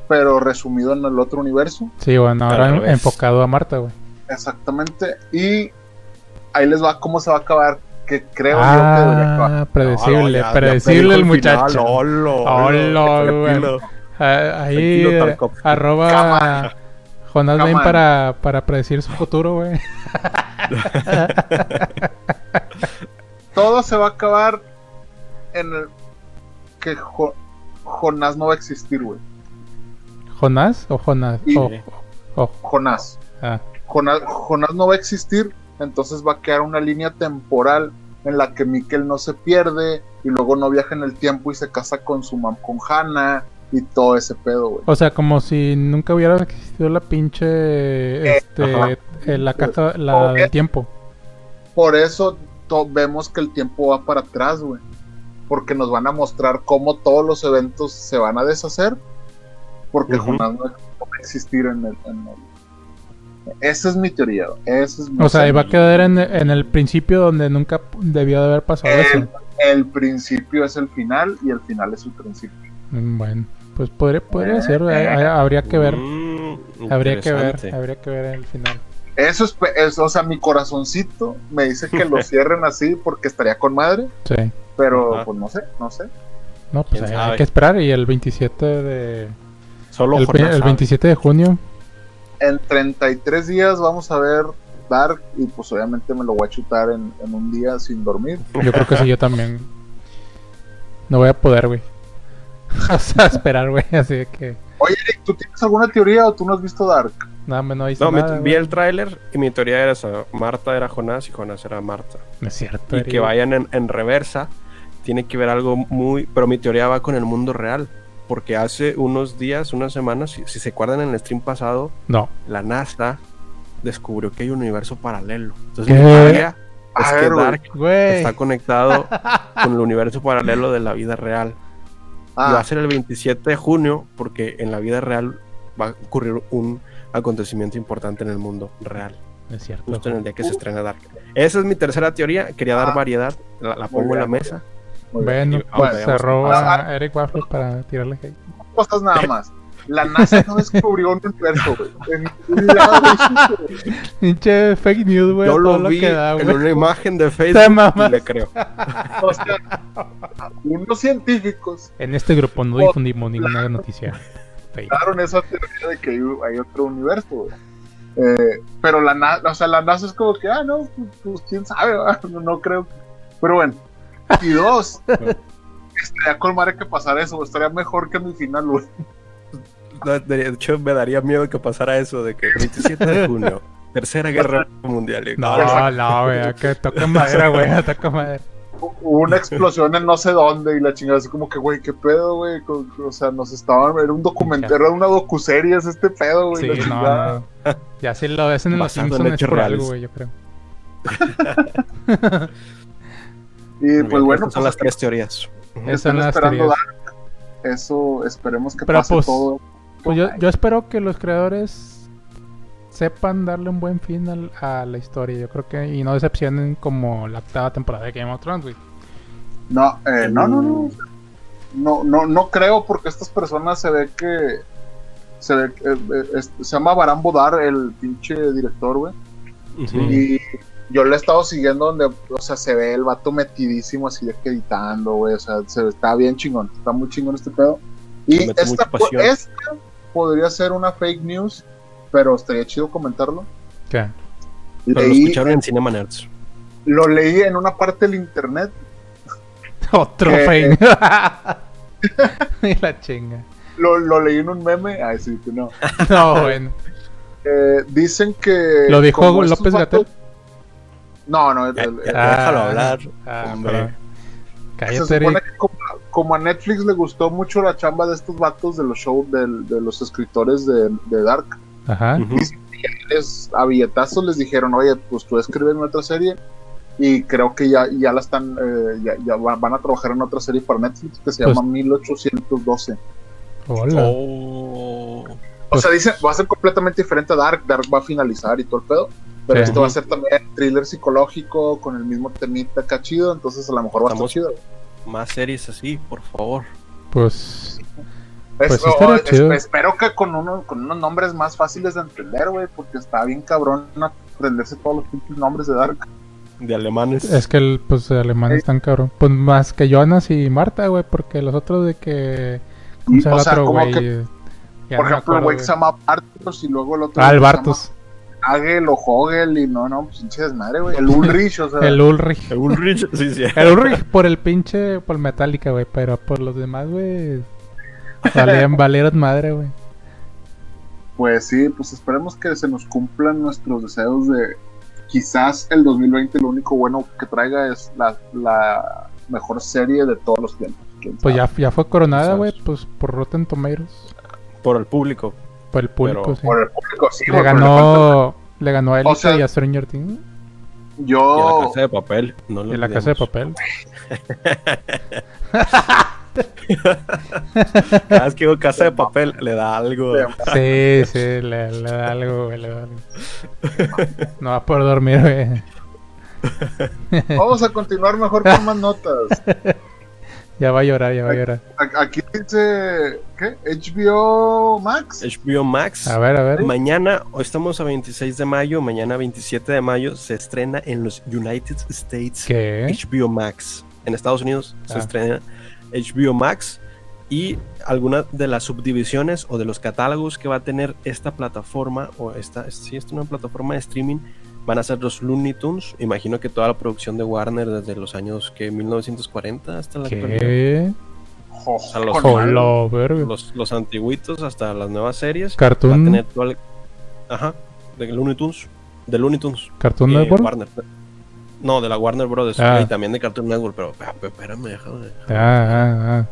Speaker 4: pero resumido en el otro universo.
Speaker 5: Sí, bueno, ahora
Speaker 3: Al revés.
Speaker 5: enfocado a Marta, güey.
Speaker 4: Exactamente. Y ahí les va cómo se va a acabar. Que creo yo que debería acabar.
Speaker 5: Ah, predecible,
Speaker 3: No, no, ya- ya predijo
Speaker 5: predecible el muchacho.
Speaker 3: final, Olo,
Speaker 5: Olo,
Speaker 3: olo,
Speaker 5: güey.
Speaker 3: tranquilo.
Speaker 5: Ah, ahí
Speaker 3: Tranquilo,
Speaker 5: eh,
Speaker 3: Tarkov.
Speaker 5: arroba Jonas
Speaker 4: Come
Speaker 5: Bain
Speaker 4: on.
Speaker 5: para, para predecir su futuro, güey.
Speaker 4: Todo se va a acabar en el que Jo- Jonás no va a existir, güey.
Speaker 5: ¿Jonas o Jonas?
Speaker 4: Sí.
Speaker 5: O- o-
Speaker 4: Jonás.
Speaker 5: oh, ah.
Speaker 4: Jonás. Jonás no va a existir, entonces va a quedar una línea temporal en la que Miquel no se pierde y luego no viaja en el tiempo y se casa con su mam con Hannah y todo ese pedo, güey.
Speaker 5: O sea, como si nunca hubiera existido la pinche.
Speaker 3: ajá.
Speaker 5: Este. eh, la casa. La
Speaker 4: Ok.
Speaker 5: del tiempo.
Speaker 4: Por eso to- vemos que el tiempo va para atrás, güey. Porque nos van a mostrar cómo todos los eventos se van a deshacer. Porque
Speaker 3: Ujú.
Speaker 4: Jonás no va a existir en el, en el- Esa es mi teoría. güey. Esa es mi-
Speaker 5: O sea, iba a quedar en, en el principio donde nunca debió de haber pasado eso.
Speaker 4: el, el principio es el final y el final es el principio.
Speaker 5: Mm, Bueno, pues podría, podría ser. eh, eh, habría que ver.
Speaker 3: Mm,
Speaker 5: Habría que
Speaker 3: interesante.
Speaker 5: ver. Habría que ver el final.
Speaker 4: Eso es, pe- es- o sea, mi corazoncito me dice que lo cierren así porque estaría con madre,
Speaker 5: Sí.
Speaker 4: pero
Speaker 3: Ajá.
Speaker 4: pues no sé, no sé.
Speaker 5: No, pues
Speaker 3: ¿Quién
Speaker 5: hay,
Speaker 3: sabe?
Speaker 5: hay que esperar. Y el 27 de.
Speaker 3: Solo ah.
Speaker 5: El,
Speaker 3: Jonás
Speaker 5: el
Speaker 3: sabe.
Speaker 5: 27 de junio.
Speaker 4: En 33 días vamos a ver Dark y pues obviamente me lo voy a chutar en, en un día sin dormir.
Speaker 5: Yo creo que sí, yo también. No voy a poder, güey. o sea, esperar, güey. Así de que.
Speaker 4: Oye, Eric, Eh, ¿tú tienes alguna teoría o tú no has visto Dark?
Speaker 5: Nada, me no hice
Speaker 3: No, mi-
Speaker 5: nada,
Speaker 3: vi
Speaker 5: güey.
Speaker 3: el tráiler y mi teoría era esa. Marta era Jonás y Jonás era Marta.
Speaker 5: No es cierto.
Speaker 3: Y
Speaker 5: Eri.
Speaker 3: que vayan en, en reversa. Tiene que ver algo muy... Pero mi teoría va con el mundo real. Porque hace unos días, unas semanas, si, si se acuerdan en el stream pasado,
Speaker 5: No.
Speaker 3: la NASA descubrió que hay un universo paralelo. Entonces
Speaker 5: ¿Qué?
Speaker 3: mi teoría Es
Speaker 4: A
Speaker 3: que
Speaker 4: ver, güey.
Speaker 3: Dark
Speaker 5: Güey.
Speaker 3: está conectado con el universo paralelo de la vida real. Y va
Speaker 4: Ah,
Speaker 3: a ser el 27 de junio porque en la vida real va a ocurrir un acontecimiento importante en el mundo real,
Speaker 5: No es cierto.
Speaker 3: justo en el día que se estrena Dark. Esa es mi tercera teoría, quería dar
Speaker 4: Ah.
Speaker 3: variedad, la, la pongo en la mesa.
Speaker 4: muy bien.
Speaker 5: Bueno,
Speaker 3: Y-
Speaker 5: pues
Speaker 3: ah,
Speaker 5: se
Speaker 3: veamos.
Speaker 5: roba
Speaker 4: Ah,
Speaker 5: a Eric Waffle para tirarle hate.
Speaker 4: cosas nada más. La NASA no descubrió un universo, güey. En ningún lado lo hizo, güey.
Speaker 5: Pinche fake news, güey.
Speaker 3: Yo
Speaker 5: todo
Speaker 3: lo vi
Speaker 5: que da,
Speaker 3: en
Speaker 5: güey.
Speaker 3: una imagen de
Speaker 5: Te
Speaker 3: Facebook
Speaker 5: mamas.
Speaker 3: y le creo.
Speaker 4: O sea, unos científicos
Speaker 5: En este grupo no difundimos ninguna noticia. fake.
Speaker 4: daron esa teoría de que hay, hay otro universo, güey. Eh, pero la NASA, o sea, la NASA es como que, ah, no, pues, pues, quién sabe, ¿verdad? no, no creo. Pero bueno, y dos, estaría con madre que pasara eso, güey. estaría mejor que mi final, güey.
Speaker 3: No, De hecho, me daría miedo que pasara eso de que 27 de junio, tercera guerra mundial. y-
Speaker 5: No, no, güey. acá Toca madera, güey. Toca madera.
Speaker 4: Hubo una explosión en no sé dónde y la chingada, así como que, güey, qué pedo, güey. con- O sea, nos estaban, era un documental, era una docuserie, es este pedo, güey.
Speaker 5: Sí,
Speaker 4: la
Speaker 5: no,
Speaker 4: chingada.
Speaker 5: no. Ya si lo ves en los
Speaker 3: Basado en
Speaker 5: Simpsons es
Speaker 3: hechos
Speaker 5: por algo,
Speaker 3: reales.
Speaker 5: güey, yo creo.
Speaker 4: Y
Speaker 3: Muy
Speaker 4: pues
Speaker 3: bien,
Speaker 4: bueno,
Speaker 3: estas son
Speaker 4: pues,
Speaker 3: las tres teorías.
Speaker 5: Esas son
Speaker 4: están
Speaker 5: las
Speaker 4: esperando
Speaker 5: teorías.
Speaker 4: dar. Eso esperemos que
Speaker 5: Pero,
Speaker 4: pase
Speaker 5: pues,
Speaker 4: todo.
Speaker 5: Pues yo, yo espero que los creadores sepan darle un buen fin al- a la historia. Yo creo que. Y no decepcionen como la octava temporada de Game of Thrones, güey.
Speaker 4: No, eh, no, no, no. No, no, no creo porque estas personas se ve que se ve que, eh, eh, es- se llama Barán Bodar, el pinche director, güey.
Speaker 3: Ujú.
Speaker 4: Y yo lo he estado siguiendo donde, o sea, se ve el vato metidísimo así de que editando, güey. O sea, se, está bien chingón, está muy chingón este pedo.
Speaker 3: Le
Speaker 4: Y
Speaker 3: mete
Speaker 4: esta,
Speaker 3: mucha pasión.
Speaker 4: esta podría ser una fake news, pero estaría chido comentarlo.
Speaker 5: ¿Qué?
Speaker 3: Pero lo
Speaker 4: Leí-
Speaker 3: escucharon en Cinema Nerds.
Speaker 4: lo leí en una parte del internet
Speaker 5: Otro
Speaker 4: Que-
Speaker 5: fake. y la chinga.
Speaker 4: Lo, lo leí en un meme. Ay, sí, que no.
Speaker 5: No, bueno.
Speaker 4: Eh, dicen que.
Speaker 5: ¿Lo dijo
Speaker 4: como estos
Speaker 5: López
Speaker 4: vatos-
Speaker 5: Gatel?
Speaker 4: No, no. el- el-
Speaker 3: Ya, Eh, déjalo hablar,
Speaker 5: Ah,
Speaker 3: hombre.
Speaker 5: perdón.
Speaker 4: se
Speaker 5: Cállate,
Speaker 4: supone
Speaker 5: Eric.
Speaker 4: que como, como a Netflix le gustó mucho la chamba de estos vatos de los shows, de los escritores de, de Dark.
Speaker 5: Ajá.
Speaker 3: Ujú.
Speaker 4: Les, a billetazos les dijeron, oye, pues tú escribes otra serie. Y creo que ya, ya la están. eh, ya, ya va- van a trabajar en otra serie para Netflix que se
Speaker 5: Pues-
Speaker 4: llama 1812.
Speaker 5: Hola.
Speaker 3: Oh.
Speaker 4: O sea,
Speaker 5: Pues-
Speaker 4: dice, va a ser completamente diferente a Dark. Dark va a finalizar y todo el pedo. Pero
Speaker 5: Sí.
Speaker 4: esto va a ser también thriller psicológico con el mismo temita acá chido. Entonces, a lo mejor va a estar
Speaker 3: Estamos-
Speaker 4: chido.
Speaker 3: Más series así, por favor.
Speaker 5: Pues.
Speaker 4: Es-
Speaker 5: Pues sí
Speaker 4: o-
Speaker 5: estaría
Speaker 4: es-
Speaker 5: chido.
Speaker 4: espero que con, uno, con unos nombres más fáciles de entender, güey. Porque está bien cabrón aprenderse todos los pinches nombres de Dark.
Speaker 3: De alemanes.
Speaker 5: Es que el, pues, el alemán
Speaker 4: Sí.
Speaker 5: es tan cabrón. Pues más que Jonas y Marta, güey. Porque los otros de que. ¿Cómo
Speaker 4: Y,
Speaker 5: se llama
Speaker 4: o
Speaker 5: el
Speaker 4: sea,
Speaker 5: otro,
Speaker 4: como
Speaker 5: güey?
Speaker 4: que,
Speaker 5: Ya
Speaker 4: por
Speaker 5: no me
Speaker 4: ejemplo, el güey
Speaker 5: acuerdo,
Speaker 4: que se llama Bartos y luego el otro.
Speaker 5: Ah, el
Speaker 4: güey que se
Speaker 5: Bartos.
Speaker 4: llama Hagel o Hogel y no, no, pinche desmadre, güey. El Ulrich, o sea.
Speaker 5: El Ulrich.
Speaker 3: El Ulrich, sí, sí.
Speaker 5: El Ulrich por el pinche. Por el Metallica, güey. Pero por los demás, güey. Valían, valieron madre, güey.
Speaker 4: Pues sí, pues esperemos que se nos cumplan nuestros deseos de quizás el 2020 lo único bueno que traiga es la, la mejor serie de todos los tiempos. ¿Quién
Speaker 5: Pues
Speaker 4: sabe?
Speaker 5: ya, ya fue coronada,
Speaker 3: Sabes.
Speaker 5: güey. Pues por Rotten Tomatoes.
Speaker 3: Por el público.
Speaker 5: Por el público,
Speaker 3: Pero-
Speaker 5: sí.
Speaker 4: Por el público, sí.
Speaker 5: Le
Speaker 4: güey, pero le falta-
Speaker 5: ganó. Le ganó a Elisa
Speaker 4: sea,
Speaker 5: y a Stranger Things.
Speaker 3: Y a la
Speaker 4: Yo,
Speaker 3: casa de papel. No lo
Speaker 5: Y la casa de
Speaker 3: olvidemos.
Speaker 5: papel.
Speaker 3: Cada vez Ah, que digo casa de papel, le da algo.
Speaker 5: Sí, sí, le, le da algo, güey, le da algo. No va por dormir, güey.
Speaker 4: vamos a continuar mejor con más notas.
Speaker 5: Ya va a llorar, ya va a llorar.
Speaker 4: A- Aquí dice, ¿qué? HBO Max.
Speaker 3: HBO Max.
Speaker 5: A ver, a ver.
Speaker 3: Mañana, hoy estamos a 26 de mayo, mañana 27 de mayo, se estrena en los United States
Speaker 5: ¿Qué?
Speaker 3: HBO Max. En Estados Unidos se
Speaker 5: ¿Eh? Ah.
Speaker 3: estrena HBO Max y alguna de las subdivisiones o de los catálogos que va a tener esta plataforma o esta, si es una plataforma de streaming, van a ser los Looney Tunes. Imagino que toda la producción de Warner desde los años que 1940 hasta la actualidad.
Speaker 5: ¿Qué?
Speaker 4: Jo-
Speaker 3: sea, los-
Speaker 4: con madre.
Speaker 5: Hola, verga.
Speaker 3: Los, los antiguitos hasta las nuevas series. Va a tener
Speaker 5: Cartoon,
Speaker 3: toda la- Ajá, de Looney Tunes. De Looney Tunes.
Speaker 5: Cartoon
Speaker 3: eh,
Speaker 5: Network.
Speaker 3: Warner. No, de la Warner Brothers.
Speaker 5: Ah.
Speaker 3: Y también de Cartoon Network, pero pa- pa- espérame, déjame.
Speaker 5: Ah, ah, ah.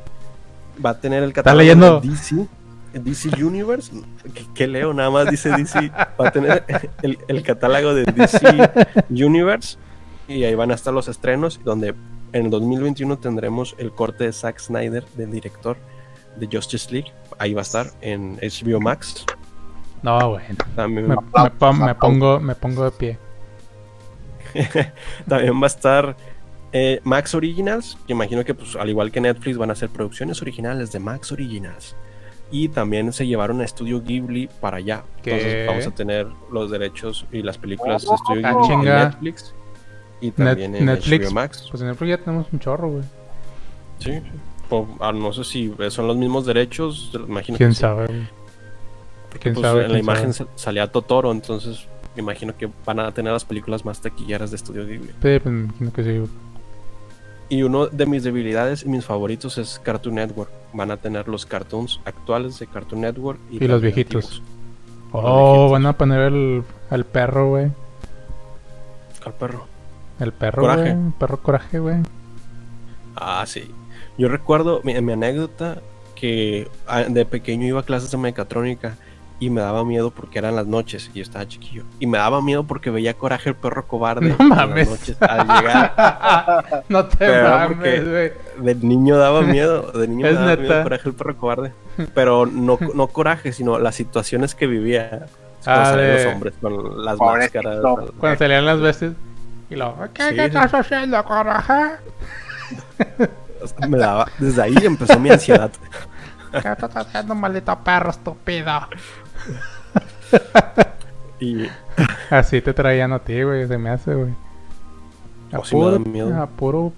Speaker 3: Va a tener el catálogo
Speaker 5: leyendo?
Speaker 3: de DC. DC Universe. ¿Qué, qué leo? Nada más dice DC. Va a tener el, el catálogo de DC Universe. Y ahí van a estar los estrenos, donde en el 2021 tendremos el corte de Zack Snyder del director de Justice League. Ahí va a estar en HBO Max.
Speaker 5: No, bueno.
Speaker 3: También,
Speaker 5: Me, me pon- me pongo, me pongo de pie.
Speaker 3: también va a estar eh, Max Originals, que imagino que pues, al igual que Netflix van a ser producciones originales de Max Originals. Y también se llevaron a Estudio Ghibli para allá.
Speaker 5: ¿Qué?
Speaker 3: Entonces vamos a tener los derechos y las películas de Estudio
Speaker 5: Ah,
Speaker 3: Ghibli en
Speaker 5: chinga.
Speaker 3: Netflix. Y también en
Speaker 5: Netflix.
Speaker 3: HBO Max.
Speaker 5: Pues en el ya tenemos un chorro, güey.
Speaker 3: Sí. Po- ah, no sé si son los mismos derechos, imagino
Speaker 5: ¿Quién
Speaker 3: que sí.
Speaker 5: sabe, güey? ¿Quién
Speaker 3: Pues,
Speaker 5: sabe?
Speaker 3: en la
Speaker 5: quién
Speaker 3: imagen
Speaker 5: sabe?
Speaker 3: sa- salía Totoro, entonces me imagino que van a tener las películas más taquilleras de Estudio Ghibli.
Speaker 5: Sí, pues, me imagino que sí, güey.
Speaker 3: Y uno de mis debilidades y mis favoritos es Cartoon Network. Van a tener los cartoons actuales de Cartoon Network
Speaker 5: Y
Speaker 3: también
Speaker 5: los viejitos.
Speaker 3: antiguos.
Speaker 5: Oh,
Speaker 3: viejitos.
Speaker 5: van a poner el, al perro, güey.
Speaker 3: Al perro.
Speaker 5: El perro,
Speaker 3: Coraje.
Speaker 5: güey. Perro coraje, güey.
Speaker 3: Ah, sí. Yo recuerdo mi, mi anécdota que ah, de pequeño iba a clases de mecatrónica y me daba miedo porque eran las noches y yo estaba chiquillo. Y me daba miedo porque veía coraje el perro cobarde
Speaker 5: No
Speaker 3: en las
Speaker 5: mames.
Speaker 3: noches al llegar.
Speaker 5: no te
Speaker 3: Pero
Speaker 5: mames,
Speaker 3: porque-
Speaker 5: güey.
Speaker 3: De niño daba miedo, de niño
Speaker 5: Es
Speaker 3: me daba
Speaker 5: neta.
Speaker 3: miedo coraje el perro cobarde. Pero no, no coraje, sino las situaciones que vivía.
Speaker 5: Ah,
Speaker 3: Cuando salían
Speaker 5: de-
Speaker 3: los hombres con las
Speaker 4: Pobrecito.
Speaker 3: máscaras.
Speaker 5: Cuando salían las veces. Y lo, ¿qué,
Speaker 3: Sí.
Speaker 5: ¿qué estás haciendo, coraje?
Speaker 3: o sea, me daba, desde ahí empezó mi ansiedad.
Speaker 5: ¿Qué estás haciendo, maldito perro estúpido?
Speaker 3: Y
Speaker 5: Así te traían a ti, güey. Se me hace, güey. A
Speaker 3: Oh, sí me
Speaker 5: puro-
Speaker 3: da miedo.
Speaker 5: A puro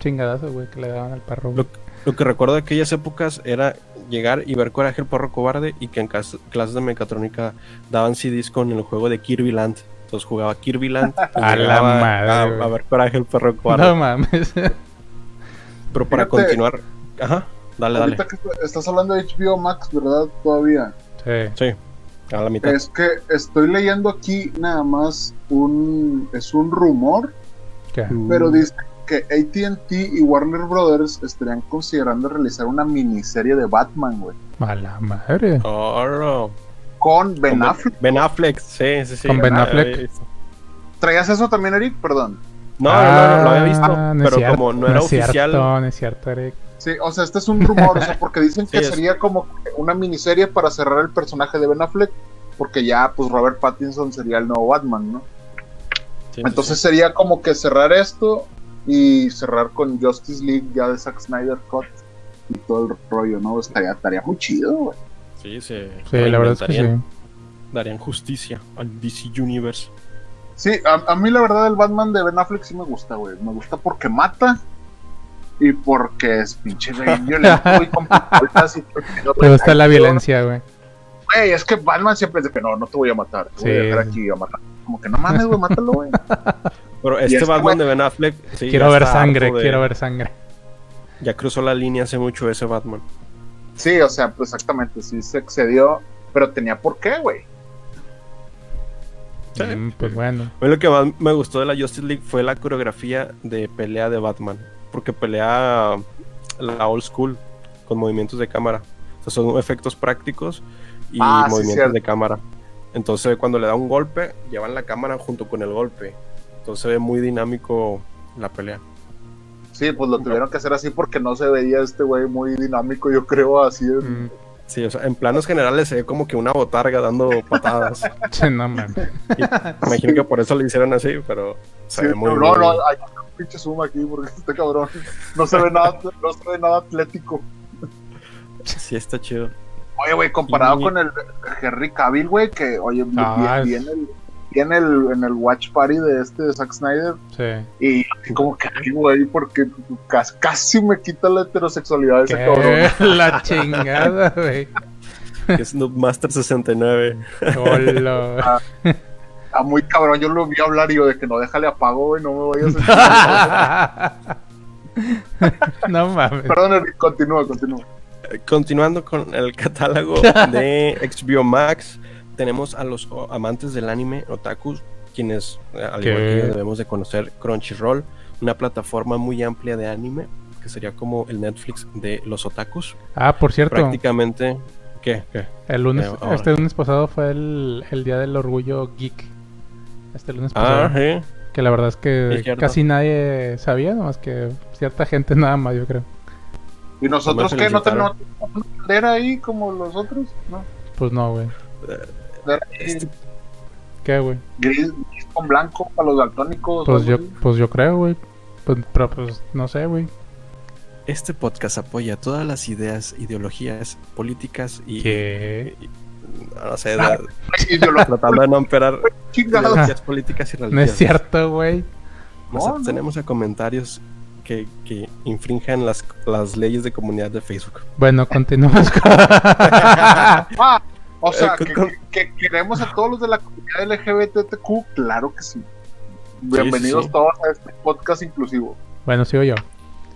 Speaker 5: chingadazo, güey, que le daban al perro. güey.
Speaker 3: Lo, lo que recuerdo de aquellas épocas era llegar y ver Coraje el Perro Cobarde y que en cas- clases de mecatrónica daban CDs con el juego de Kirby Land. Entonces jugaba Kirby Land. pues,
Speaker 5: A la
Speaker 3: llegaba
Speaker 5: madre,
Speaker 3: A,
Speaker 5: güey.
Speaker 3: a ver Coraje el Perro Cobarde.
Speaker 5: No mames.
Speaker 3: Pero para
Speaker 4: Fíjate.
Speaker 3: continuar. Ajá, dale, dale.
Speaker 4: Ahorita que estás hablando de HBO Max, ¿verdad? Todavía.
Speaker 5: sí.
Speaker 3: Sí, a la mitad.
Speaker 4: Es que estoy leyendo aquí nada más un... Es un rumor,
Speaker 5: ¿Qué?
Speaker 4: pero dice que ATT y Warner Brothers estarían considerando realizar una miniserie de Batman, güey.
Speaker 5: A la madre.
Speaker 3: Oh, no.
Speaker 4: Con
Speaker 3: Con
Speaker 4: Ben Affleck.
Speaker 3: Ben Affleck, sí, sí, sí.
Speaker 5: Con Ben
Speaker 3: Ah,
Speaker 5: Affleck.
Speaker 3: eh,
Speaker 4: ¿Traías eso también, Eric? Perdón.
Speaker 3: No, no, no, lo había visto.
Speaker 5: Ah, no es
Speaker 3: pero
Speaker 5: cierto,
Speaker 3: como no era
Speaker 5: es cierto,
Speaker 3: oficial.
Speaker 5: no es cierto, Eric.
Speaker 4: Sí, o sea, este es un rumor, o sea, porque dicen que
Speaker 3: Sí, es-
Speaker 4: sería como una miniserie para cerrar el personaje de Ben Affleck, porque ya, pues Robert Pattinson sería el nuevo Batman, ¿no?
Speaker 3: sí, sí,
Speaker 4: Entonces sería como que cerrar esto y cerrar con Justice League ya de Zack Snyder Cut y todo el rollo, ¿no? Estaría, estaría muy chido, güey.
Speaker 3: sí, se
Speaker 5: Sí, la verdad es que sí.
Speaker 3: reinventarían, Darían justicia al DC Universe.
Speaker 4: Sí, a, a mí la verdad el Batman de Ben Affleck sí me gusta, güey. Me gusta porque mata y porque es pinche güey violento y con pistolas y todo el pedo,
Speaker 5: Te
Speaker 4: güey.
Speaker 5: gusta Pues la
Speaker 4: Ay, yo-
Speaker 5: violencia, güey.
Speaker 4: Güey, es que Batman siempre dice que no, no te voy a matar, te
Speaker 5: Sí.
Speaker 4: voy a dejar aquí a matar. Como que no mames, güey, mátalo, güey.
Speaker 3: Pero
Speaker 4: Y
Speaker 3: este
Speaker 4: este
Speaker 3: Batman
Speaker 4: güey-
Speaker 3: de Ben Affleck. sí,
Speaker 5: Quiero
Speaker 3: ya
Speaker 5: ver
Speaker 3: está
Speaker 5: sangre,
Speaker 3: harto de-
Speaker 5: quiero ver sangre.
Speaker 3: Ya cruzó la línea hace mucho ese Batman.
Speaker 4: Sí, o sea, pues exactamente, sí se excedió, pero tenía por qué, güey.
Speaker 3: Sí.
Speaker 5: Mm, pues bueno.
Speaker 3: A mí lo que más me gustó de la Justice League fue la coreografía de pelea de Batman. Porque pelea la old school con movimientos de cámara. O sea, son efectos prácticos y
Speaker 4: Ah, sí,
Speaker 3: movimientos
Speaker 4: cierto.
Speaker 3: de cámara. Entonces, cuando le da un golpe, llevan la cámara junto con el golpe. Entonces, se ve muy dinámico la pelea.
Speaker 4: Sí, pues lo tuvieron que hacer así porque no se veía este güey muy dinámico, yo creo, así. en-
Speaker 5: Mm,
Speaker 3: Sí, o sea, en planos generales se ve como que una botarga dando patadas.
Speaker 5: che, no mames.
Speaker 3: Imagino que por eso lo hicieron así, pero se
Speaker 4: Sí,
Speaker 3: ve muy,
Speaker 4: no, no,
Speaker 3: muy-
Speaker 4: no, hay un pinche zoom aquí porque este cabrón no se ve nada, no se ve nada atlético.
Speaker 3: Sí, está chido.
Speaker 4: Oye, güey, comparado
Speaker 3: Y-
Speaker 4: con el Henry Cavill, güey, que, oye,
Speaker 5: Ah,
Speaker 4: vi- vi
Speaker 5: es-
Speaker 4: en el- vi en el, en el Watch Party de este de Zack Snyder,
Speaker 5: Sí.
Speaker 4: Y así como que, ay, güey, porque casi, casi me quita la heterosexualidad de ese cabrón.
Speaker 5: ¿Qué? La chingada, güey.
Speaker 3: Que es Snoop Master 69.
Speaker 5: Olo.
Speaker 4: Está muy cabrón. Yo lo vi hablar y yo de que no, déjale apago, güey, no me vayas a.
Speaker 5: No mames.
Speaker 4: Perdón, Eric, continúa, continúa.
Speaker 3: Continuando con el catálogo de HBO Max, tenemos a los o- amantes del anime otakus, quienes eh, al igual
Speaker 5: ¿Qué?
Speaker 3: que yo, debemos de conocer Crunchyroll, una plataforma muy amplia de anime, que sería como el Netflix de los otakus.
Speaker 5: Ah, por cierto,
Speaker 3: Prácticamente, ¿qué? ¿Qué?
Speaker 5: el lunes,
Speaker 3: Eh, ahora.
Speaker 5: este lunes pasado fue el, el día del orgullo geek. Este lunes
Speaker 3: Ah,
Speaker 5: pasado.
Speaker 3: sí.
Speaker 5: Que la verdad es que
Speaker 3: Es cierto.
Speaker 5: casi nadie sabía, nomás que cierta gente nada más, yo creo. Pues
Speaker 4: ¿Y nosotros
Speaker 3: se
Speaker 4: qué?
Speaker 3: lo
Speaker 4: ¿No tenemos
Speaker 3: inventaron.
Speaker 4: una bandera ahí como los otros? ¿No?
Speaker 5: Pues no, güey.
Speaker 4: Bandera ahí
Speaker 5: Este ¿Qué, güey?
Speaker 4: Gris, gris con blanco para los daltónicos.
Speaker 5: Pues
Speaker 4: algo
Speaker 5: yo,
Speaker 4: así.
Speaker 5: pues yo creo, güey. Pues, pero pues no sé, güey.
Speaker 3: Este podcast apoya todas las ideas, ideologías, políticas y.
Speaker 5: ¿Qué?
Speaker 3: y- no sé,
Speaker 4: Ah.
Speaker 3: de-
Speaker 4: Ay, ideología
Speaker 3: tratando de no empeorar
Speaker 4: chingada.
Speaker 3: ideologías políticas y religiones.
Speaker 5: No es cierto, güey. Pues
Speaker 3: Nos
Speaker 4: No, no.
Speaker 3: abstenemos a comentarios que, que infrinjan las, las leyes de comunidad de Facebook.
Speaker 5: Bueno, continuamos con...
Speaker 4: Ah, o sea,
Speaker 3: Eh,
Speaker 4: que,
Speaker 3: con-
Speaker 4: que queremos a todos los de la comunidad LGBTQ, claro que sí. Bienvenidos
Speaker 3: sí, sí.
Speaker 4: todos a este podcast inclusivo.
Speaker 5: Bueno, sigo yo.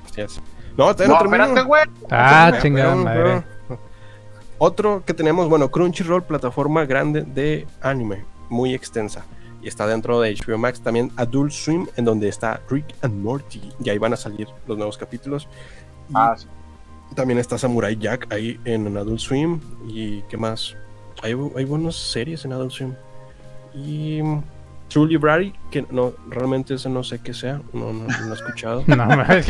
Speaker 3: Así es. No, todavía
Speaker 4: No,
Speaker 3: no, termino.
Speaker 4: espérate, güey.
Speaker 5: Ah,
Speaker 3: Espérame,
Speaker 5: chingada
Speaker 3: espérame,
Speaker 5: madre.
Speaker 3: espérame. Otro que tenemos, bueno, Crunchyroll, plataforma grande de anime, muy extensa. Y está dentro de HBO Max también Adult Swim, en donde está Rick and Morty. Y ahí van a salir los nuevos capítulos. Y
Speaker 4: Ah, sí.
Speaker 3: también está Samurai Jack ahí en Adult Swim. ¿Y qué más? Hay, bu- hay buenas series en Adult Swim. Y mm, True Library, que no, realmente ese no sé qué sea, no, no, no lo he escuchado.
Speaker 5: No, mames.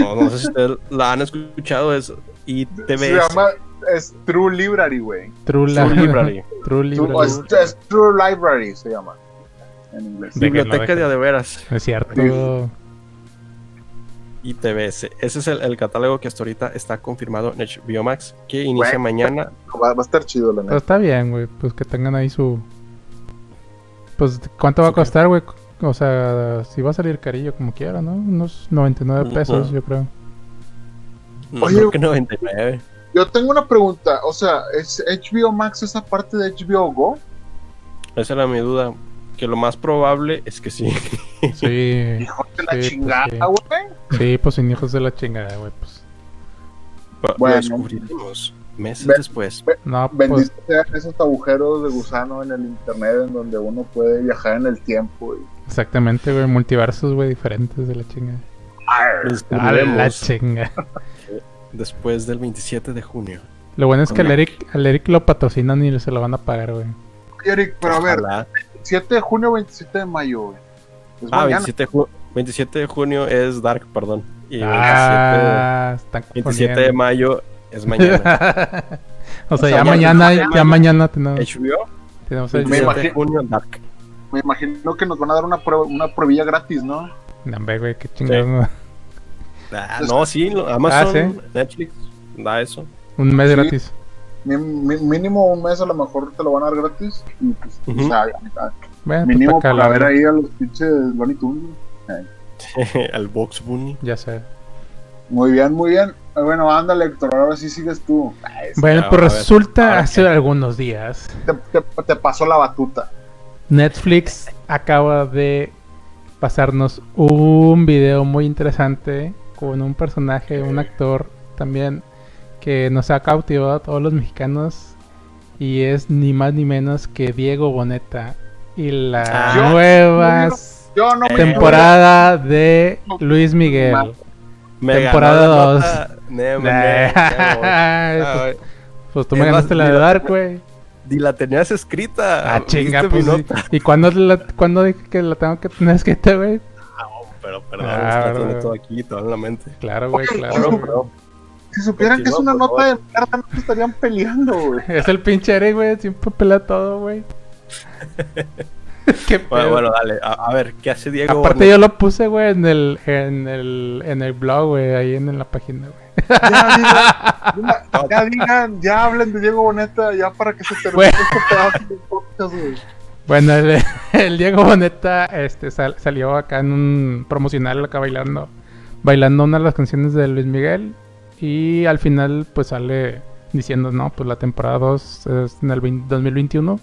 Speaker 3: No, no sé si ustedes la han escuchado, es ITBS.
Speaker 4: Se llama es True Library, güey.
Speaker 5: True,
Speaker 3: True
Speaker 5: Library.
Speaker 3: Library.
Speaker 5: True
Speaker 4: True-
Speaker 5: Library.
Speaker 4: o Es, es True Library se llama en inglés.
Speaker 5: Déjenlo,
Speaker 3: Biblioteca de
Speaker 5: déjenlo.
Speaker 3: Adeveras
Speaker 5: No es cierto.
Speaker 3: y TBS. Ese es el, el catálogo que hasta ahorita está confirmado en HBO Max, que inicia
Speaker 4: Bueno.
Speaker 3: mañana.
Speaker 4: Va, va a estar chido, la
Speaker 5: Pero
Speaker 4: neta.
Speaker 5: está bien, güey. Pues que tengan ahí su... Pues, ¿cuánto va a
Speaker 3: Su qué.
Speaker 5: costar, güey? O sea, si va a salir carillo como quiera, ¿no? Unos 99
Speaker 3: Ujú.
Speaker 5: pesos, yo creo.
Speaker 3: No,
Speaker 4: Oye.
Speaker 3: creo que 99.
Speaker 4: Yo tengo una pregunta. O sea, ¿es HBO Max esa parte de HBO Go?
Speaker 3: Esa era mi duda. Que lo más probable es que sí.
Speaker 5: Sí.
Speaker 4: Hijo de
Speaker 5: Sí,
Speaker 4: la
Speaker 5: pues, sí.
Speaker 4: chingada, güey.
Speaker 5: Sí, pues sin hijos de la chingada, güey. Pues.
Speaker 3: Lo
Speaker 4: Bueno.
Speaker 3: descubriremos meses
Speaker 4: Ve-
Speaker 3: después.
Speaker 5: No, pues,
Speaker 4: Bendito sean esos agujeros de gusano en el internet en donde uno puede viajar en el tiempo. Y...
Speaker 5: exactamente, güey. Multiversos, güey, diferentes de la chingada.
Speaker 3: Lo
Speaker 5: Ah, la
Speaker 3: descubriremos
Speaker 5: chinga.
Speaker 3: después del 27 de junio.
Speaker 5: Lo bueno es que al
Speaker 3: Con
Speaker 5: Eric, al Eric lo patrocinan y se lo van a pagar, güey.
Speaker 4: Oye, Eric, pero a ver,
Speaker 3: Ojalá.
Speaker 4: 7 de junio, 27 de mayo, güey. Es
Speaker 3: Ah,
Speaker 4: mañana.
Speaker 3: 27 de, ju- 27 de junio es Dark, perdón. Y 27
Speaker 5: Ah, están
Speaker 3: 27 de
Speaker 5: confundiendo.
Speaker 3: mayo es mañana.
Speaker 5: o sea,
Speaker 4: sea,
Speaker 5: ya
Speaker 4: ya
Speaker 5: mañana,
Speaker 4: mañana-
Speaker 5: ya mañana tenemos,
Speaker 3: HBO,
Speaker 5: tenemos el
Speaker 3: 27
Speaker 4: Me
Speaker 3: de
Speaker 4: imagino-
Speaker 3: junio, Dark.
Speaker 4: Me imagino que nos van a dar una, prueba, una pruebilla gratis, ¿no?
Speaker 5: No, hombre, güey, qué chingón.
Speaker 3: Ah, no, sí, lo- Amazon,
Speaker 5: Ah, sí.
Speaker 3: Netflix, da eso.
Speaker 5: Un mes
Speaker 4: Sí.
Speaker 5: gratis.
Speaker 4: Mi- mi- mínimo un mes a lo mejor te lo van a dar gratis. Y pues,
Speaker 3: Ujú.
Speaker 4: o sea, a- a-
Speaker 5: Bueno, pues
Speaker 4: mínimo
Speaker 5: para
Speaker 4: para ver
Speaker 5: calar.
Speaker 4: ahí a los pinches Looney Tunes. güey.
Speaker 3: Al Box Bunny.
Speaker 5: Ya sé.
Speaker 4: Muy bien, muy bien. Ah, Bueno, anda, Héctor, ahora sí sigues tú. Ay, es-
Speaker 5: Bueno,
Speaker 3: a
Speaker 5: pues
Speaker 3: ver,
Speaker 5: resulta
Speaker 3: ahora
Speaker 5: hace
Speaker 3: qué.
Speaker 5: algunos días
Speaker 4: Te, te- te pasó la batuta.
Speaker 5: Netflix acaba de pasarnos un video muy interesante con un personaje, un actor también que nos ha cautivado a todos los mexicanos y es ni más ni menos que Diego Boneta y la
Speaker 3: Ah.
Speaker 5: nueva
Speaker 4: Yo no me-
Speaker 5: temporada
Speaker 3: Eh.
Speaker 5: de Luis Miguel. Temporada dos.
Speaker 3: Ah,
Speaker 5: Nah, pues, pues tú me
Speaker 3: Es más,
Speaker 5: ganaste la de
Speaker 3: mira,
Speaker 5: Dark, güey.
Speaker 3: Y la tenías escrita.
Speaker 5: Ah, chinga,
Speaker 3: ¿Viste
Speaker 5: pues.
Speaker 3: mi
Speaker 5: sí.
Speaker 3: nota?
Speaker 5: ¿Y cuándo, la, cuándo dije que la tengo que tener escrita, güey?
Speaker 3: Pero perdón,
Speaker 5: Ah,
Speaker 3: está
Speaker 5: verdad.
Speaker 3: todo aquí, todo en la mente.
Speaker 5: Claro, güey,
Speaker 4: Oye,
Speaker 5: claro.
Speaker 4: Claro,
Speaker 3: Perdón,
Speaker 5: güey.
Speaker 3: perdón.
Speaker 4: Si supieran que es
Speaker 3: Continúa,
Speaker 4: una
Speaker 3: por
Speaker 4: nota de mierda, no se estarían peleando, güey.
Speaker 5: Es el pinche Eric, güey. Siempre pela todo, güey. Qué pedo.
Speaker 3: Bueno, bueno, dale. A, a ver, ¿qué hace Diego?
Speaker 5: Aparte yo lo puse, güey, en el, en el, en el blog, güey, ahí en, en la página, güey.
Speaker 4: Ya digan, ya, ya digan, ya hablen de Diego Boneta, ya para que se termine
Speaker 5: Güey.
Speaker 4: este pedazo de podcast, güey.
Speaker 5: Bueno, el, el Diego Boneta este, sal- salió acá en un promocional acá bailando, bailando una de las canciones de Luis Miguel y al final pues sale diciendo, no, pues la temporada 2 es en el 20 2021.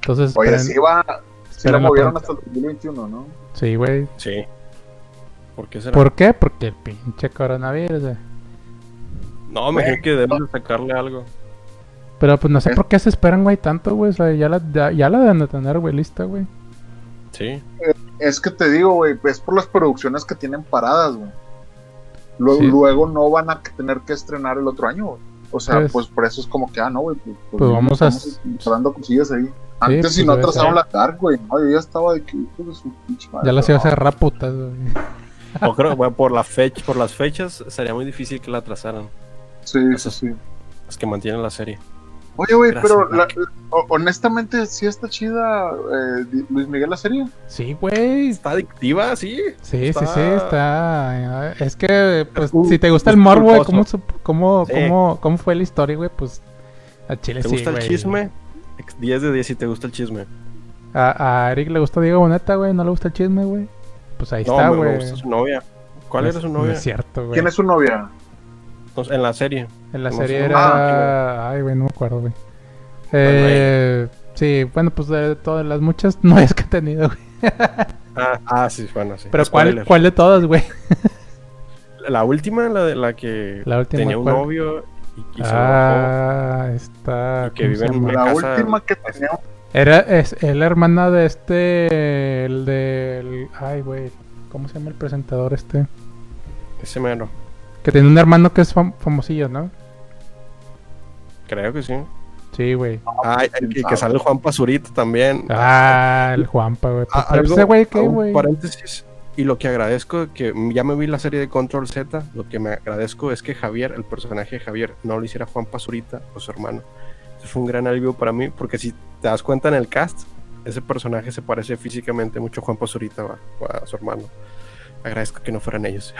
Speaker 5: Entonces,
Speaker 4: Oye,
Speaker 5: esperen-
Speaker 4: sí va, sí lo
Speaker 5: esperen la
Speaker 4: movieron
Speaker 5: pro-
Speaker 4: hasta el 2021, ¿no?
Speaker 5: Sí, güey.
Speaker 3: Sí. ¿Por qué será?
Speaker 5: ¿Por qué? Porque el pinche coronavirus, güey.
Speaker 3: No, me imagino que debemos de sacarle algo.
Speaker 5: Pero pues no sé
Speaker 4: Es-
Speaker 5: por qué se esperan, güey, tanto, güey. O sea, ya la, ya, ya la deben de tener, güey, lista, güey.
Speaker 3: Sí.
Speaker 4: Es que te digo, güey, es por las producciones que tienen paradas, güey. Luego,
Speaker 5: Sí.
Speaker 4: luego no van a tener que estrenar el otro año, güey. O sea,
Speaker 5: Pues-
Speaker 4: pues, por eso es como que, ah, no, güey, pues,
Speaker 5: Pues vamos a-
Speaker 4: estamos instalando cosillas ahí. Antes
Speaker 5: Sí,
Speaker 4: si
Speaker 5: pues,
Speaker 4: no
Speaker 5: debe
Speaker 4: atrasaron
Speaker 5: ser.
Speaker 4: la carga, güey. No, yo ya estaba de que hijo de su pinche madre.
Speaker 5: Ya las iba a
Speaker 4: Ah, No.
Speaker 5: cerrar putas, güey.
Speaker 3: O creo que bueno, por, la fech- por las fechas sería muy difícil que la atrasaran.
Speaker 4: Sí, sí, sí.
Speaker 3: Las que mantienen la serie.
Speaker 4: Oye, güey,
Speaker 3: Gracias,
Speaker 4: pero la-
Speaker 3: Mac.
Speaker 4: o- honestamente, sí está chida eh, Di- Luis Miguel la serie.
Speaker 5: Sí, güey.
Speaker 3: Está adictiva, sí.
Speaker 5: Sí, sí,
Speaker 3: Está-
Speaker 5: sí, está. Es que, pues,
Speaker 3: Cul-
Speaker 5: si te gusta el
Speaker 3: cul-
Speaker 5: morbo, güey,
Speaker 3: culposo.
Speaker 5: ¿cómo, sup- cómo,
Speaker 3: Sí.
Speaker 5: cómo, cómo fue la historia, güey? Pues, a Chile
Speaker 3: ¿Te
Speaker 5: sí,
Speaker 3: gusta
Speaker 5: güey.
Speaker 3: el chisme? Ex- 10 de 10 si te gusta el chisme.
Speaker 5: A, a Eric le gusta Diego Boneta, güey. No le gusta el chisme, güey. Pues ahí está,
Speaker 3: no, me-
Speaker 5: güey.
Speaker 3: me gusta su novia. ¿Cuál
Speaker 5: No
Speaker 3: era
Speaker 5: es-
Speaker 3: su novia?
Speaker 5: No es cierto, güey.
Speaker 4: ¿Quién es su novia?
Speaker 3: Entonces, en la serie.
Speaker 5: En la
Speaker 3: no
Speaker 5: serie
Speaker 3: sé. Ah,
Speaker 5: era. Ay, güey, no me acuerdo, güey. Eh, sí, bueno, pues de todas las muchas novias que he tenido, güey.
Speaker 3: Ah, ah, sí, bueno, sí.
Speaker 5: Pero ¿cuál,
Speaker 3: Spoiler.
Speaker 5: ¿cuál de todas, güey?
Speaker 3: La última, la de la que
Speaker 5: La última,
Speaker 3: tenía un
Speaker 5: ¿cuál?
Speaker 3: novio y, y se enojó.
Speaker 5: Ah, está.
Speaker 3: Y que
Speaker 5: ¿cómo
Speaker 3: vive
Speaker 5: se
Speaker 3: en
Speaker 5: llama?
Speaker 3: Una
Speaker 4: La
Speaker 3: casa-
Speaker 4: última que tenía.
Speaker 5: Era es, es la hermana de este. El del. Ay, güey. ¿Cómo se llama el presentador este?
Speaker 3: Ese mero.
Speaker 5: Que tiene un hermano que es fam- famosillo, ¿no?
Speaker 3: Creo que sí.
Speaker 5: Sí, güey.
Speaker 3: Ah, y que, que sale el Juan Pazurita también.
Speaker 5: Ah, el Juanpa, güey.
Speaker 3: Ah,
Speaker 5: Pero
Speaker 3: algo-
Speaker 5: pues, ese güey,
Speaker 3: a
Speaker 5: ¿qué,
Speaker 3: un
Speaker 5: güey?
Speaker 3: paréntesis. Y lo que agradezco, que ya me vi la serie de Control Z, lo que me agradezco es que Javier, el personaje de Javier, no lo hiciera Juan Pazurita o su hermano. Eso fue un gran alivio para mí, porque si te das cuenta en el cast, ese personaje se parece físicamente mucho a Juan Pazurita o a- o a su hermano. Agradezco que no fueran ellos.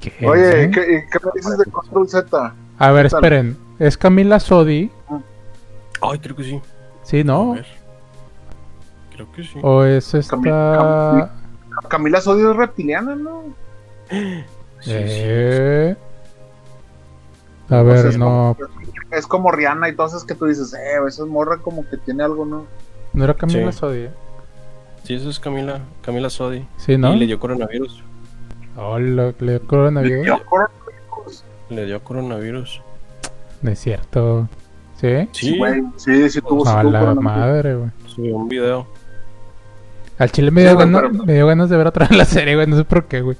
Speaker 5: ¿Qué?
Speaker 4: Oye, ¿qué, y qué me dices de Control Z?
Speaker 5: A ver,
Speaker 4: qué tal?
Speaker 5: esperen. ¿Es Camila Sodi?
Speaker 3: Ay, creo que sí.
Speaker 5: Sí,
Speaker 3: A
Speaker 5: ¿no?
Speaker 3: ver. Creo que sí.
Speaker 5: ¿O es esta.
Speaker 4: Camila- Camila Sodio es reptiliana, ¿no?
Speaker 3: Sí, sí.
Speaker 5: Eh. A
Speaker 4: Pues
Speaker 5: ver,
Speaker 4: es
Speaker 5: no.
Speaker 4: como- Es como Rihanna y todas esas que tú dices, eh, esa morra como que tiene algo, ¿no?
Speaker 5: ¿No era Camila
Speaker 3: Sí.
Speaker 5: Sodi? ¿eh?
Speaker 3: Sí, eso es Camila, Camila Sodi.
Speaker 5: Sí, ¿no?
Speaker 3: Y le dio coronavirus.
Speaker 5: Hola, le dio coronavirus.
Speaker 4: Yo creo que-
Speaker 3: Le dio coronavirus.
Speaker 5: No es cierto. ¿Sí?
Speaker 4: Sí, güey. Sí, sí tuvo
Speaker 5: A
Speaker 4: tuvo
Speaker 5: la
Speaker 4: coronavirus.
Speaker 5: madre, güey.
Speaker 3: Subí un video.
Speaker 5: Al chile me
Speaker 4: Sí,
Speaker 5: dio,
Speaker 4: güey,
Speaker 5: ganas,
Speaker 4: pero-
Speaker 5: me dio ganas de ver otra vez la serie, güey. No sé por qué, güey.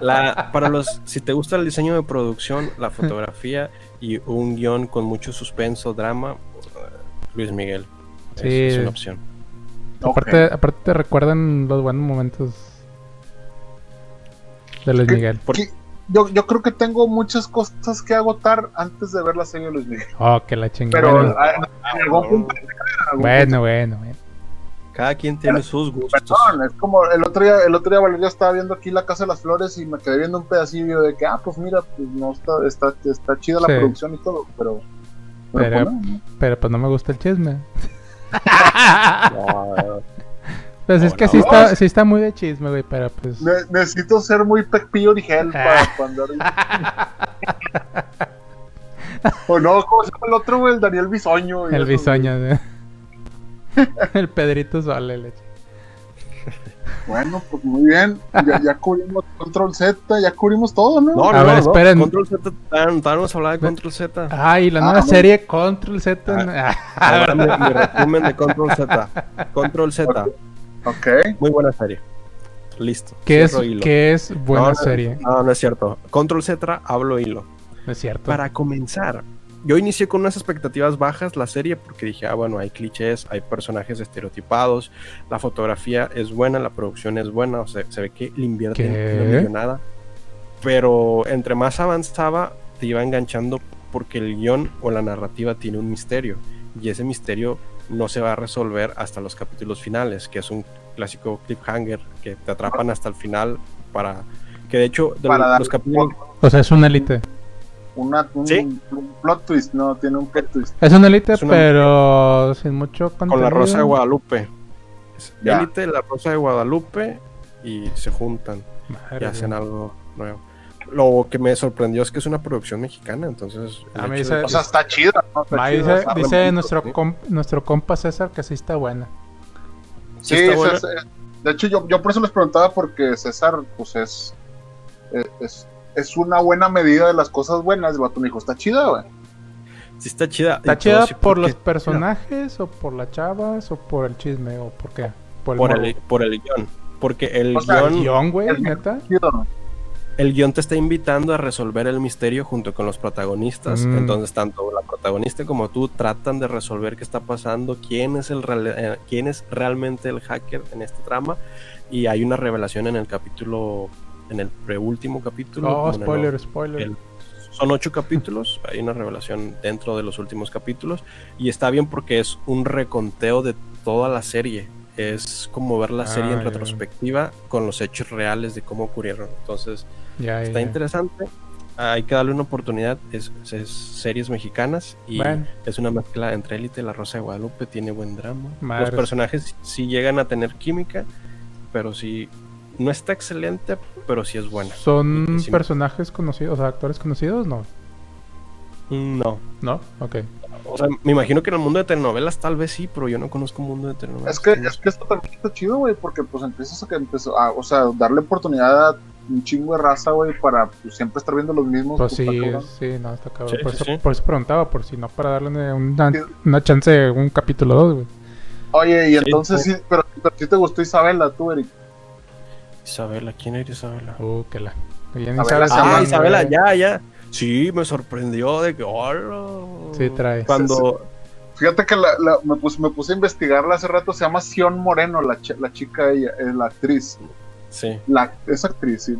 Speaker 3: La, para los, si te gusta el diseño de producción, la fotografía y un guión con mucho suspenso, drama, eh, Luis Miguel es-
Speaker 5: Sí.
Speaker 3: es, una opción.
Speaker 4: Ok.
Speaker 5: Aparte, aparte te recuerdan los buenos momentos de Luis
Speaker 4: ¿Qué?
Speaker 5: Miguel.
Speaker 4: Yo, yo creo que tengo muchas cosas que agotar antes de ver la serie de Luis Miguel.
Speaker 5: Oh, que la chingada.
Speaker 4: Pero ah,
Speaker 5: Bueno,
Speaker 4: a- en algún punto. en algún
Speaker 5: bueno, bueno, bueno.
Speaker 3: Cada quien tiene sus gustos.
Speaker 4: Perdón, es como el otro día, el otro día Valeria estaba viendo aquí la Casa de las Flores y me quedé viendo un pedacillo de que, ah, pues mira, pues no está, está, está chida la
Speaker 5: Sí.
Speaker 4: producción y todo, pero, pero,
Speaker 5: Pero-
Speaker 4: pues, no.
Speaker 5: Pero pues no me gusta el chisme.
Speaker 3: No,
Speaker 5: Pues es
Speaker 3: Oh,
Speaker 5: que
Speaker 3: no.
Speaker 5: sí está, sí está muy de chisme, güey, pero pues...
Speaker 4: Ne- necesito ser muy pepillo origel para cuando o no, ¿cómo se llama el otro güey? El Daniel Bisoño. y
Speaker 5: El
Speaker 4: esos,
Speaker 5: bisoño, güey. El Pedrito Sole, leche.
Speaker 4: güey. Bueno, pues muy bien. Ya, ya cubrimos Control Z, ya cubrimos todo, ¿no?
Speaker 3: no,
Speaker 5: A ver,
Speaker 3: no.
Speaker 5: esperen.
Speaker 3: Control Z, tan- tan vamos a hablar de Control Z.
Speaker 5: Ay, la
Speaker 4: Ah,
Speaker 5: nueva
Speaker 4: no.
Speaker 5: serie Control Z.
Speaker 3: Ah,
Speaker 5: no-
Speaker 3: Ahora mi, mi resumen de Control Z. Control Z,
Speaker 4: Ok.
Speaker 3: muy buena serie. Listo.
Speaker 5: que, es,
Speaker 3: cierro hilo.
Speaker 5: que es buena
Speaker 3: No, no,
Speaker 5: serie.
Speaker 3: No, no es cierto. Control Z, hablo hilo.
Speaker 5: No es cierto.
Speaker 3: Para comenzar, yo inicié con unas expectativas bajas la serie porque dije, ah, bueno, hay clichés, hay personajes estereotipados, la fotografía es buena, la producción es buena, o sea, se ve que le invierten
Speaker 5: ¿Qué?
Speaker 3: una millonada. Pero entre más avanzaba, te iba enganchando porque el guión o la narrativa tiene un misterio y ese misterio no se va a resolver hasta los capítulos finales, que es un clásico cliffhanger que te atrapan hasta el final para... Que de hecho, de
Speaker 4: Para
Speaker 3: los-
Speaker 4: dar-
Speaker 3: los capítulos...
Speaker 5: O sea, es una élite.
Speaker 4: Una, un,
Speaker 3: Sí.
Speaker 4: un plot twist, no, tiene un plot twist.
Speaker 5: Es una élite,
Speaker 3: Es una-
Speaker 5: pero sin mucho contenido.
Speaker 3: con la Rosa de Guadalupe. Es
Speaker 4: Ya.
Speaker 3: Élite, la Rosa de Guadalupe y se juntan
Speaker 5: Madre
Speaker 3: y hacen
Speaker 5: mía.
Speaker 3: algo nuevo. Lo que me sorprendió es que es una producción mexicana, entonces... el
Speaker 5: Ah, me
Speaker 3: hecho
Speaker 5: dice-
Speaker 3: de que-
Speaker 4: O sea, está chida, ¿no? Está
Speaker 5: Va,
Speaker 4: chida,
Speaker 5: dice
Speaker 4: está
Speaker 5: dice
Speaker 4: bonito,
Speaker 5: nuestro,
Speaker 4: sí.
Speaker 5: comp- nuestro compa César que sí está buena.
Speaker 3: sí
Speaker 4: Sí,
Speaker 3: está buena.
Speaker 4: César- de hecho yo, yo por eso les preguntaba porque César pues es, es, es una buena medida de las cosas buenas. El vato me dijo, está chida, güey.
Speaker 3: sí está chida.
Speaker 5: ¿Está
Speaker 3: y todo,
Speaker 5: chida
Speaker 3: sí,
Speaker 5: por
Speaker 3: porque-
Speaker 5: los personajes o por las chavas o por el chisme o por qué? Por el,
Speaker 3: Por
Speaker 5: morbo.
Speaker 3: el, por el guión. Porque el
Speaker 4: O sea,
Speaker 5: ¿El
Speaker 3: guión...
Speaker 5: guión, güey,
Speaker 4: el-
Speaker 5: neta.
Speaker 4: Chido, ¿no?
Speaker 3: el guión te está invitando a resolver el misterio junto con los protagonistas.
Speaker 5: Mm.
Speaker 3: Entonces, tanto la protagonista como tú tratan de resolver qué está pasando, quién es, el real- eh, quién es realmente el hacker en este trama. Y hay una revelación en el capítulo, en el preúltimo capítulo.
Speaker 5: Oh,
Speaker 3: bueno, no,
Speaker 5: spoiler, spoiler.
Speaker 3: el- son ocho capítulos, hay una revelación dentro de los últimos capítulos y está bien porque es un reconteo de toda la serie. Es como ver la serie
Speaker 5: Ah,
Speaker 3: en
Speaker 5: ya.
Speaker 3: retrospectiva con los hechos reales de cómo ocurrieron. Entonces,
Speaker 5: Ya,
Speaker 3: está
Speaker 5: ya.
Speaker 3: interesante. Hay que darle una oportunidad. Es, es series mexicanas y
Speaker 5: Bueno.
Speaker 3: es una mezcla entre élite y la Rosa de Guadalupe. Tiene buen drama.
Speaker 5: Madres.
Speaker 3: Los personajes sí llegan a tener química, pero sí. No está excelente, pero sí es buena.
Speaker 5: ¿Son
Speaker 3: Sí.
Speaker 5: personajes conocidos, o sea, actores conocidos? No.
Speaker 3: No,
Speaker 5: Mm, ¿No? Ok.
Speaker 3: O sea, me imagino que en el mundo de telenovelas tal vez sí, pero yo no conozco un mundo de telenovelas.
Speaker 4: Es que, es que esto también está chido, güey, porque pues empiezas a que empezó a, o sea, darle oportunidad a un chingo de raza, güey, para pues, siempre estar viendo los mismos.
Speaker 5: Pues
Speaker 4: pues,
Speaker 5: sí,
Speaker 4: está cabrón.
Speaker 5: sí, no, está cabrón.
Speaker 3: Sí,
Speaker 5: por,
Speaker 3: sí,
Speaker 5: eso,
Speaker 3: sí.
Speaker 5: por eso preguntaba, por si no, para darle una, una- una chance, un capítulo 2, güey.
Speaker 4: Oye, y
Speaker 3: Sí,
Speaker 4: entonces sí, pero, pero sí te gustó Isabela, tú, Eric.
Speaker 3: Isabela, ¿quién era Isabela?
Speaker 5: Uh, que la. que ya ni
Speaker 4: Isabela
Speaker 5: sabes
Speaker 4: Ah,
Speaker 5: hablar,
Speaker 3: Ah,
Speaker 5: güey.
Speaker 3: Isabela, ya, ya. Sí, me sorprendió de que. ¡Hola!
Speaker 5: Sí, trae.
Speaker 3: Cuando.
Speaker 4: Fíjate que la, la- me, pus- me puse a investigarla hace rato, se llama Sion Moreno, la, ch- la chica, ella, es la actriz.
Speaker 3: Sí,
Speaker 4: La, es actriz, sí.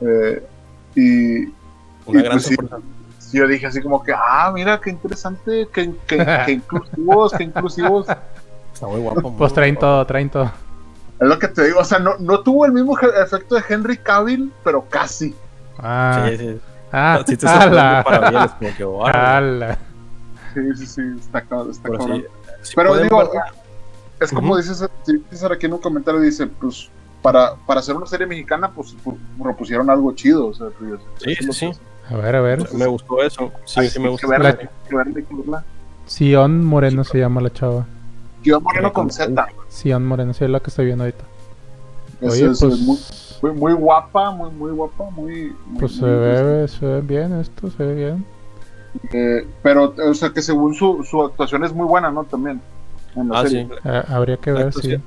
Speaker 4: Eh, y,
Speaker 3: una
Speaker 4: Y
Speaker 3: gran
Speaker 4: pues sí.
Speaker 3: sorpresa.
Speaker 4: yo dije así como que, ah, mira, qué interesante, qué, qué- qué inclusivos, qué inclusivos.
Speaker 3: Está muy guapo.
Speaker 5: Pues
Speaker 3: muy
Speaker 5: traen
Speaker 3: guapo.
Speaker 5: todo, traen todo.
Speaker 4: Es lo que te digo, o sea, no, no tuvo el mismo ge- efecto de Henry Cavill, pero casi.
Speaker 5: Ah,
Speaker 3: Sí, sí.
Speaker 5: ah,
Speaker 3: Sí, te sorprendió
Speaker 5: ala,
Speaker 3: para bien, es como que, ¡órale!
Speaker 5: ala.
Speaker 4: Sí, sí, sí, está cabrón. Está
Speaker 3: Pero
Speaker 4: cabrón.
Speaker 3: sí, sí
Speaker 4: Pero
Speaker 3: pueden
Speaker 4: digo,
Speaker 3: verla.
Speaker 4: es como
Speaker 3: Ujú.
Speaker 4: dices, dices aquí en un comentario, dice, pues, para, para hacer una serie mexicana, pues, pu- propusieron algo chido. O sea, pues,
Speaker 3: Sí,
Speaker 4: eso es lo
Speaker 3: sí,
Speaker 4: que-
Speaker 3: sí.
Speaker 5: A ver, a ver.
Speaker 3: Me gustó eso. Sí,
Speaker 4: hay
Speaker 3: sí, me
Speaker 4: Ah, que
Speaker 3: gustó.
Speaker 4: verla,
Speaker 5: La-
Speaker 4: hay que verla, hay que verla.
Speaker 5: Sion Moreno se llama la chava.
Speaker 4: Guión Moreno con Z.
Speaker 5: Sion Moreno, sí es la que estoy viendo ahorita.
Speaker 4: Es,
Speaker 5: Oye,
Speaker 4: es muy,
Speaker 5: pues.
Speaker 4: muy, muy guapa, muy, muy guapa, muy. muy-
Speaker 5: Pues se
Speaker 4: muy-
Speaker 5: ve, se ve bien esto, se ve bien.
Speaker 4: Eh, pero, o sea, que según su, su actuación es muy buena, ¿no? También. en la
Speaker 3: Ah,
Speaker 4: serie.
Speaker 3: sí.
Speaker 5: Ah, habría que ver, sí.
Speaker 3: Actuación.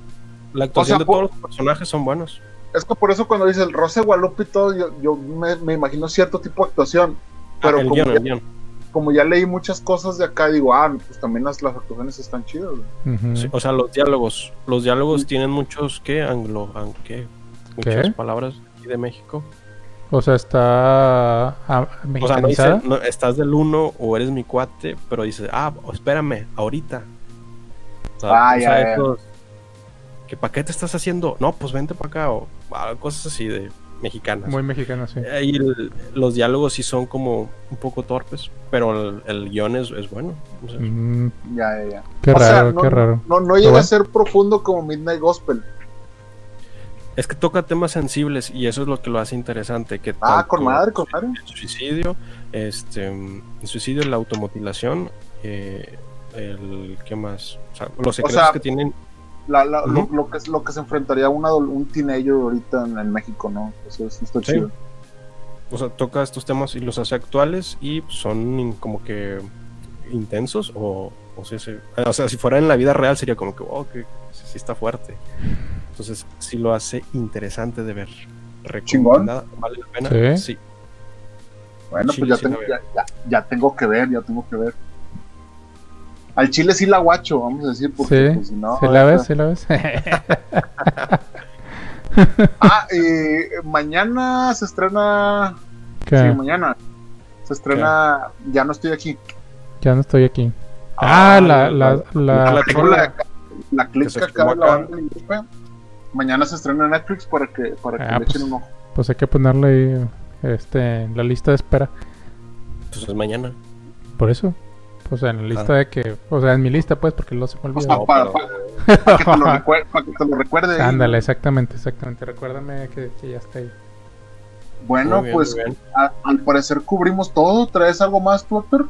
Speaker 3: La actuación
Speaker 4: O sea,
Speaker 3: de
Speaker 4: po-
Speaker 3: todos los personajes son buenos. Ah,
Speaker 4: Es que por eso cuando dice el Rosa de Guadalupe y todo, yo, yo me, me imagino cierto tipo de actuación. Pero
Speaker 3: Ah, el
Speaker 4: como,
Speaker 3: guión,
Speaker 4: ya,
Speaker 3: el guión.
Speaker 4: como ya leí muchas cosas de acá, digo, ah, pues también las, las actuaciones están chidas. güey.
Speaker 5: Ujú.
Speaker 3: Sí, o sea, los diálogos. Los
Speaker 4: Mm.
Speaker 3: diálogos tienen muchos que anglo, ang- ¿qué? muchas
Speaker 5: ¿Qué?
Speaker 3: palabras aquí de México.
Speaker 5: O sea, está ah,
Speaker 3: O sea, no
Speaker 5: mexicanizada.
Speaker 3: dice, no, estás del uno o eres mi cuate, pero dices, ah, espérame, ahorita. O
Speaker 4: Ah, ya, ya.
Speaker 3: esos que para qué te estás haciendo? No, pues vente para acá o ah, cosas así de mexicanas.
Speaker 5: Muy mexicana, sí.
Speaker 3: Eh, y el- los diálogos sí son como un poco torpes, pero el, el guión es, es bueno. O sea,
Speaker 5: Mm,
Speaker 4: Ya, ya, ya.
Speaker 5: qué
Speaker 4: O sea,
Speaker 5: raro,
Speaker 4: no-
Speaker 5: qué raro.
Speaker 4: No, no llega
Speaker 5: bueno.
Speaker 4: a ser profundo como Midnight Gospel.
Speaker 3: Es que toca temas sensibles y eso es lo que lo hace interesante. Que
Speaker 4: Ah,
Speaker 3: tanto-
Speaker 4: con madre, con madre.
Speaker 3: el suicidio, este, mm, el suicidio, la automutilación, eh, el qué más, O sea, los secretos
Speaker 4: sea,
Speaker 3: que tienen,
Speaker 4: La- la- lo-
Speaker 3: Ujú.
Speaker 4: lo, que, es- lo que se enfrentaría una, adol- un teenager ahorita en, en México, ¿no? Eso es, está
Speaker 3: Sí.
Speaker 4: chido.
Speaker 3: o sea, toca estos temas y los hace actuales y son in- como que intensos o, o sea, se- o sea, si fuera en la vida real sería como que, oh, que sí, sí está fuerte. Entonces, sí lo hace interesante de ver.
Speaker 4: Chingón.
Speaker 3: Recomendada, vale la pena.
Speaker 5: Sí.
Speaker 3: Sí.
Speaker 4: Bueno,
Speaker 3: Sí,
Speaker 4: pues ya,
Speaker 3: sí,
Speaker 4: tengo,
Speaker 3: la veo.
Speaker 4: ya, ya- ya tengo que ver, ya tengo que ver. Al chile sí la guacho, vamos a decir, porque
Speaker 5: Sí,
Speaker 4: pues, si no.
Speaker 5: ¿Sí la ves?
Speaker 4: ahorita-
Speaker 5: ¿Sí la ves?
Speaker 4: Ah, y mañana se estrena.
Speaker 5: Que
Speaker 4: Sí, mañana. Se estrena. Ya no estoy aquí.
Speaker 5: ya no estoy aquí. Ah, la, la, la,
Speaker 3: la-
Speaker 4: La película de
Speaker 5: rola.
Speaker 4: acá, la clip
Speaker 3: se
Speaker 4: que acaba
Speaker 3: estrenó
Speaker 4: la
Speaker 3: acá.
Speaker 4: banda de Lupe. Mañana se estrena en Netflix para que, para que
Speaker 5: Ah,
Speaker 4: le
Speaker 5: pues.
Speaker 4: echen un ojo.
Speaker 5: Pues hay que ponerle ahí, este, en la lista de espera.
Speaker 3: Pues es mañana.
Speaker 5: Por eso. O sea, en la
Speaker 3: Ah.
Speaker 5: lista de que. O sea, en mi lista, pues, porque luego se me
Speaker 4: O
Speaker 5: olvida.
Speaker 4: sea,
Speaker 3: no,
Speaker 4: para,
Speaker 3: pero-
Speaker 4: para- para que te lo recuerde. Para que te lo recuerde ahí.
Speaker 5: Ándale, exactamente, exactamente. Recuérdame que, que ya está ahí.
Speaker 4: Bueno,
Speaker 3: Muy bien,
Speaker 4: pues
Speaker 3: muy bien.
Speaker 4: a- al parecer cubrimos todo. ¿Traes algo más, tú, Héctor?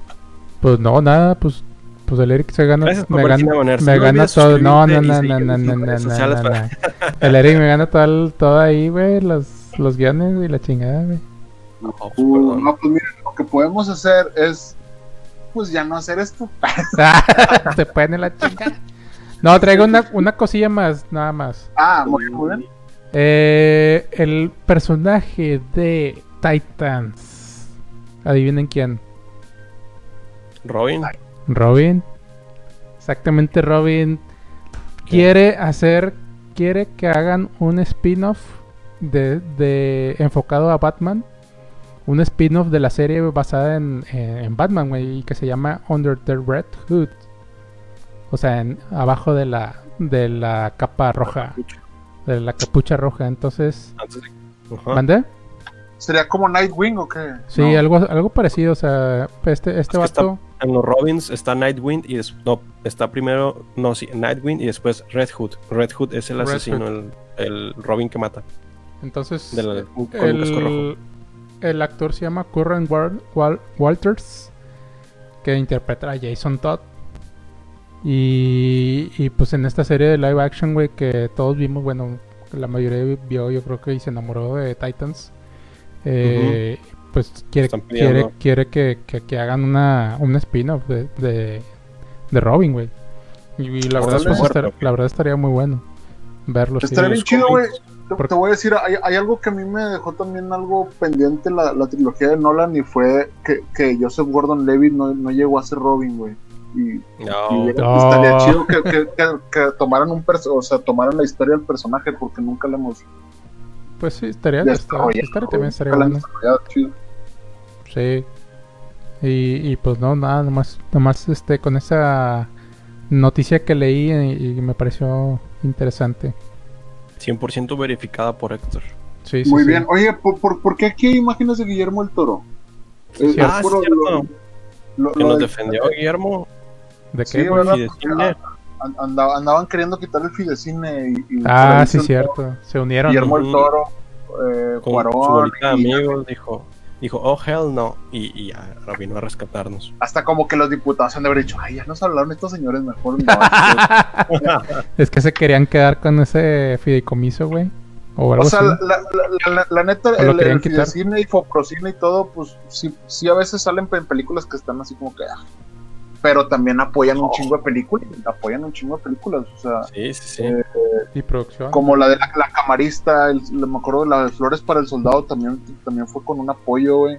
Speaker 5: Pues no, nada, pues. Pues el Eric se gana.
Speaker 3: Gracias por
Speaker 5: me
Speaker 3: ver
Speaker 5: gana,
Speaker 3: Cinebaner.
Speaker 5: me
Speaker 3: No
Speaker 5: gana
Speaker 3: olvides
Speaker 5: todo. No, no,
Speaker 3: suscribirte y
Speaker 5: no, no,
Speaker 3: seguirnos
Speaker 5: no,
Speaker 3: en
Speaker 5: no,
Speaker 3: redes
Speaker 5: no,
Speaker 3: sociales
Speaker 5: no,
Speaker 3: para-
Speaker 5: no. El Eric me gana todo, el- todo ahí, güey. Los, los guiones y la chingada, güey.
Speaker 3: No, pues,
Speaker 4: Uh,
Speaker 3: perdón.
Speaker 4: no, pues mira, lo que podemos hacer es, pues ya no hacer esto.
Speaker 5: Te pone la chingada. No, traigo una, una cosilla más, nada más.
Speaker 4: Ah, muy bien, muy bien.
Speaker 5: Eh, el personaje de Titans. Adivinen quién.
Speaker 3: Robin.
Speaker 5: Robin. Exactamente, Robin quiere hacer, quiere que hagan un spin-off de, de- enfocado a Batman, un spin-off de la serie basada en, en- en Batman, güey, y que se llama Under the Red Hood, o sea, en- abajo de la de la capa roja, de la capucha roja. Entonces,
Speaker 3: Antes de- Ajá.
Speaker 5: ¿mande?
Speaker 4: ¿Sería como Nightwing o qué?
Speaker 5: Sí,
Speaker 4: No.
Speaker 5: algo algo parecido, o sea, este este
Speaker 3: que está-
Speaker 5: vato
Speaker 3: En los Robins está Nightwing y des- no, está primero, no, sí, Nightwing y después Red Hood. Red Hood es el
Speaker 5: Red
Speaker 3: asesino, el, el Robin que mata.
Speaker 5: Entonces,
Speaker 3: De la- un- con un casco rojo.
Speaker 5: el, el actor se llama Curran Wal- Wal- Walters, que interpreta a Jason Todd. Y, y, pues en esta serie de live action, güey, que todos vimos, bueno, la mayoría vio, yo creo que y se enamoró de Titans. eh, Pues quiere,
Speaker 3: Están
Speaker 5: quiere,
Speaker 3: pidiendo.
Speaker 5: quiere que, que- que hagan una, un spin-off de, de, de Robin, güey. Y, y la, verdad,
Speaker 3: Órale.
Speaker 5: pues, estar-
Speaker 3: Muerto.
Speaker 5: la verdad estaría muy bueno verlo. sí.
Speaker 4: Estaría bien
Speaker 3: los
Speaker 4: chido, güey.
Speaker 3: cómics.
Speaker 4: Te,
Speaker 5: Porque-
Speaker 4: te voy a decir, hay, hay algo que a mí me dejó también algo pendiente la, la trilogía de Nolan y fue que, que Joseph Gordon Levitt no, no llegó a ser Robin, güey. Y, y
Speaker 3: No,
Speaker 4: hubiera-
Speaker 5: No.
Speaker 4: estaría chido que, que- que- que tomaran un perso- o sea, tomaran la historia del personaje porque nunca la hemos
Speaker 5: Pues sí, estaría, estaría,
Speaker 4: desarrollado.
Speaker 5: estaría- también estaría
Speaker 4: Nunca la han
Speaker 5: bueno.
Speaker 4: desarrollado, chido.
Speaker 5: Sí. Y, y pues no, nada, nomás, nomás este, con esa noticia que leí eh, y, me pareció interesante.
Speaker 3: 100% verificada por Héctor.
Speaker 5: Sí, sí,
Speaker 4: Muy
Speaker 5: sí.
Speaker 4: bien. Oye, ¿por, por, por qué aquí hay imágenes de Guillermo el Toro? Es-
Speaker 5: cierto.
Speaker 4: es
Speaker 3: Ah,
Speaker 4: puro-
Speaker 3: sí, cierto.
Speaker 4: lo-
Speaker 3: Que
Speaker 4: lo
Speaker 3: nos
Speaker 4: del-
Speaker 3: defendió Guillermo.
Speaker 5: ¿De
Speaker 4: Sí,
Speaker 5: qué? güey?
Speaker 4: ¿verdad?
Speaker 3: sí, de
Speaker 4: Porque
Speaker 3: cine.
Speaker 4: a- an- andaba- andaban queriendo quitar el Fidecine y, y
Speaker 5: ah,
Speaker 4: se
Speaker 5: sí,
Speaker 4: lo hizo
Speaker 5: cierto. Se unieron.
Speaker 4: Guillermo
Speaker 3: Mm.
Speaker 4: el Toro, eh,
Speaker 3: Con su
Speaker 4: Cuarón,
Speaker 3: bolita de
Speaker 4: y
Speaker 3: amigos dijo, dijo, oh hell no. Y, y ya, ahora vino a rescatarnos.
Speaker 4: hasta como que los diputados han de haber dicho, ay, ya nos hablaron estos señores, mejor no.
Speaker 5: Es que se querían quedar con ese fideicomiso, güey. O algo
Speaker 4: o sea,
Speaker 5: así.
Speaker 4: la, la, la- la- la neta,
Speaker 5: Pues lo
Speaker 4: el,
Speaker 5: querían
Speaker 4: el
Speaker 5: quitar.
Speaker 4: Fidecine y Foprocine y todo, pues sí, sí a veces salen pe- películas que están así como que, ah, pero también apoyan un chingo de películas, apoyan un chingo de películas, o sea,
Speaker 3: Sí, sí, sí.
Speaker 4: Eh,
Speaker 5: Y producción.
Speaker 4: como la de la, la camarista, el- la- me acuerdo de la de Flores para el Soldado, también, también fue con un apoyo, güey.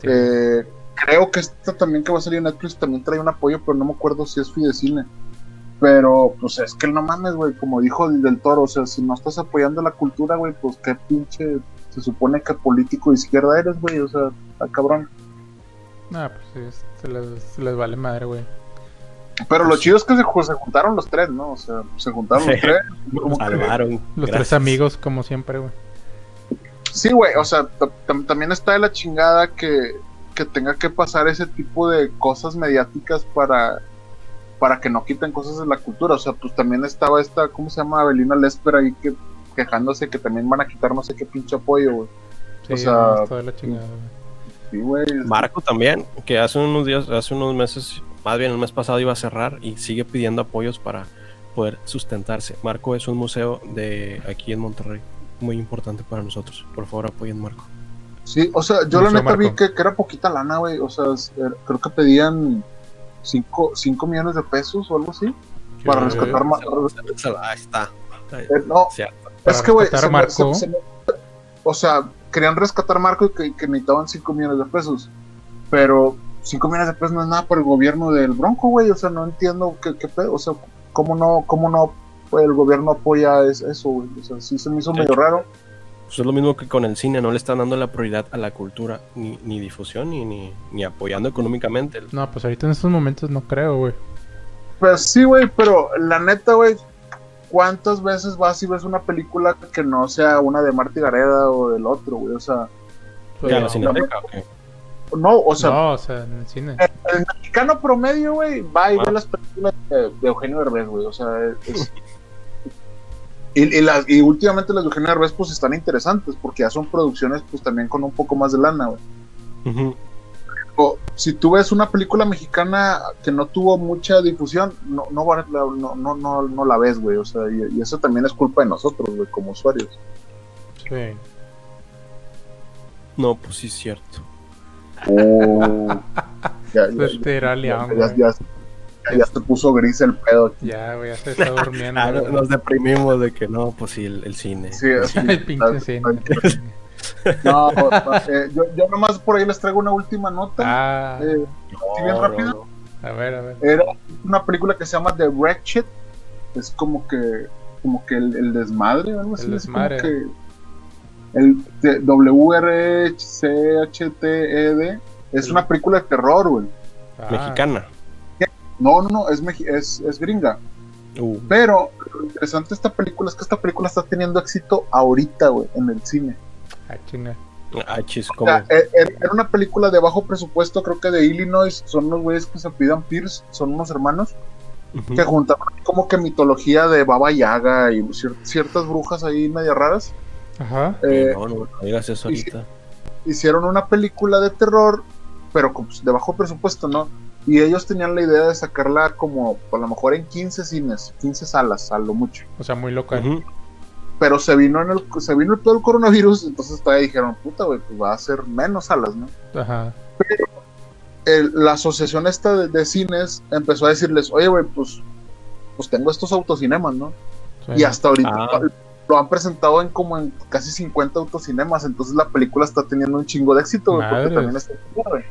Speaker 5: Sí.
Speaker 4: Eh, creo que esta también que va a salir en Netflix también trae un apoyo, pero no me acuerdo si es Fidecine. Pero, pues es que no mames, güey, como dijo el del toro, o sea, si no estás apoyando la cultura, güey, pues qué pinche, se supone que político de izquierda eres, güey, o sea, está cabrón.
Speaker 5: Ah, pues sí, es- se les, se les vale madre, güey.
Speaker 4: Pero lo chido es que se, ju- se juntaron los tres, ¿no? O sea, se juntaron los
Speaker 3: Sí.
Speaker 4: tres.
Speaker 3: Nos salvaron.
Speaker 5: Los tres
Speaker 3: Gracias.
Speaker 5: amigos, como siempre, güey.
Speaker 4: Sí, güey, o sea, ta- tam- también está de la chingada que, que tenga que pasar ese tipo de cosas mediáticas para, para que no quiten cosas de la cultura. O sea, pues también estaba esta, ¿cómo se llama? Abelina Lesper ahí que, quejándose que también van a quitar no sé qué pinche apoyo, güey.
Speaker 5: Sí,
Speaker 4: O sea, mm.
Speaker 5: no, está de la chingada, güey.
Speaker 4: Sí, güey.
Speaker 3: Marco también, que hace unos días, hace unos meses, más bien el mes pasado iba a cerrar y sigue pidiendo apoyos para poder sustentarse. Marco es un museo de aquí en Monterrey, muy importante para nosotros. Por favor, apoyen Marco.
Speaker 4: Sí, o sea, yo
Speaker 5: Mucho
Speaker 4: la neta
Speaker 5: marco.
Speaker 4: vi que, que era poquita lana, güey. O sea, es- er- creo que pedían 5 cinco millones de pesos o algo así. Para
Speaker 5: Sí,
Speaker 4: rescatar más.
Speaker 3: Ahí está. Ahí-
Speaker 4: Eh, No,
Speaker 3: sí,
Speaker 5: Para
Speaker 4: es que, güey,
Speaker 5: rescatar
Speaker 4: se
Speaker 5: a
Speaker 4: me-
Speaker 5: Marco.
Speaker 4: se- se me- o sea, querían rescatar a Marco y que, que necesitaban 5 millones de pesos. Pero 5 millones de pesos no es nada por el gobierno del Bronco, güey. O sea, no entiendo qué, qué pedo. O sea, ¿cómo no, cómo no el gobierno apoya es- eso, güey? O sea, sí se me hizo
Speaker 3: De
Speaker 4: medio
Speaker 3: hecho.
Speaker 4: raro.
Speaker 3: Pues es lo mismo que con el cine, no le están dando la prioridad a la cultura, ni, ni difusión, ni, ni, ni apoyando económicamente.
Speaker 5: No, pues ahorita en estos momentos no creo, güey.
Speaker 4: Pues sí, güey, pero la neta, güey, ¿cuántas veces vas y ves una película que no sea una de Marty Gareda o del otro, güey? O sea,
Speaker 3: Ya, la
Speaker 5: no.
Speaker 3: Cineteca, ok.
Speaker 4: no, o sea,
Speaker 5: no, o sea, en el cine.
Speaker 4: el mexicano promedio, güey, va y
Speaker 3: Ah.
Speaker 4: ve las películas de, de Eugenio Derbez, güey. O sea, es- y, y las, y últimamente las de Eugenio Derbez, pues están interesantes, porque ya son producciones, pues también con un poco más de lana, güey.
Speaker 3: Ujú.
Speaker 4: O, si tú ves una película mexicana que no tuvo mucha difusión, no, no, va- la- no, no, no, no la ves, güey. O sea, y, y eso también es culpa de nosotros, güey, como usuarios.
Speaker 5: Sí.
Speaker 3: No, pues sí es cierto.
Speaker 4: ya, ya,
Speaker 5: Se tira León,
Speaker 4: ya-
Speaker 5: Pues, güey.
Speaker 4: ya- ya se puso gris el pedo. aquí.
Speaker 5: Ya, güey, ya se está durmiendo.
Speaker 3: Ah,
Speaker 5: güey.
Speaker 3: nos deprimimos de que no, pues sí, el, el cine.
Speaker 4: Sí, así,
Speaker 5: El pinche
Speaker 4: tal-
Speaker 5: cine.
Speaker 4: tal- No, eh, yo, yo nomás por ahí les traigo una última nota.
Speaker 5: Ah,
Speaker 4: Eh, ¿sí bien rápido?
Speaker 5: a ver, a ver.
Speaker 4: Era una película que se llama The Wretched. Es como que como que el, el desmadre o algo así.
Speaker 5: El
Speaker 4: es como
Speaker 5: desmadre.
Speaker 4: que el de- W-R-C-H-T-E-D. E Es una película de terror, güey.
Speaker 5: Ah,
Speaker 3: Mexicana.
Speaker 4: No, no, no, es, meji- es, es gringa.
Speaker 5: Mm.
Speaker 3: Uh,
Speaker 4: Pero lo interesante de esta película es que esta película está teniendo éxito ahorita, güey, en el cine.
Speaker 5: Ah, chinga.
Speaker 3: ah, chis,
Speaker 4: O
Speaker 3: ¿cómo?
Speaker 4: sea, eh, eh, era una película de bajo presupuesto, creo que de Illinois. Son los güeyes que se pidan Pierce, son unos hermanos.
Speaker 3: Ujú.
Speaker 4: que juntaron como que mitología de Baba Yaga y cier- ciertas brujas ahí medio raras.
Speaker 5: Ajá.
Speaker 4: Eh,
Speaker 3: no, no, no digas eso
Speaker 4: y sí.
Speaker 3: ahorita.
Speaker 4: Hicieron una película de terror, pero con- pues, de bajo presupuesto, ¿no? Y ellos tenían la idea de sacarla como, a lo mejor en 15 cines, 15 salas, a lo mucho.
Speaker 5: O sea, muy local.
Speaker 3: Ujú.
Speaker 4: Pero se vino en el, se vino todo el coronavirus, entonces todavía dijeron, puta, güey, pues va a ser menos salas, ¿no?
Speaker 5: Ajá.
Speaker 4: el- la asociación esta de, de cines empezó a decirles, oye, güey, pues, pues tengo estos autocinemas, ¿no?
Speaker 5: Sí.
Speaker 4: Y hasta ahorita
Speaker 3: Ah.
Speaker 4: lo- lo han presentado en como en casi 50 autocinemas, entonces la película está teniendo un chingo de éxito, güey, porque
Speaker 5: Madres.
Speaker 4: también está güey.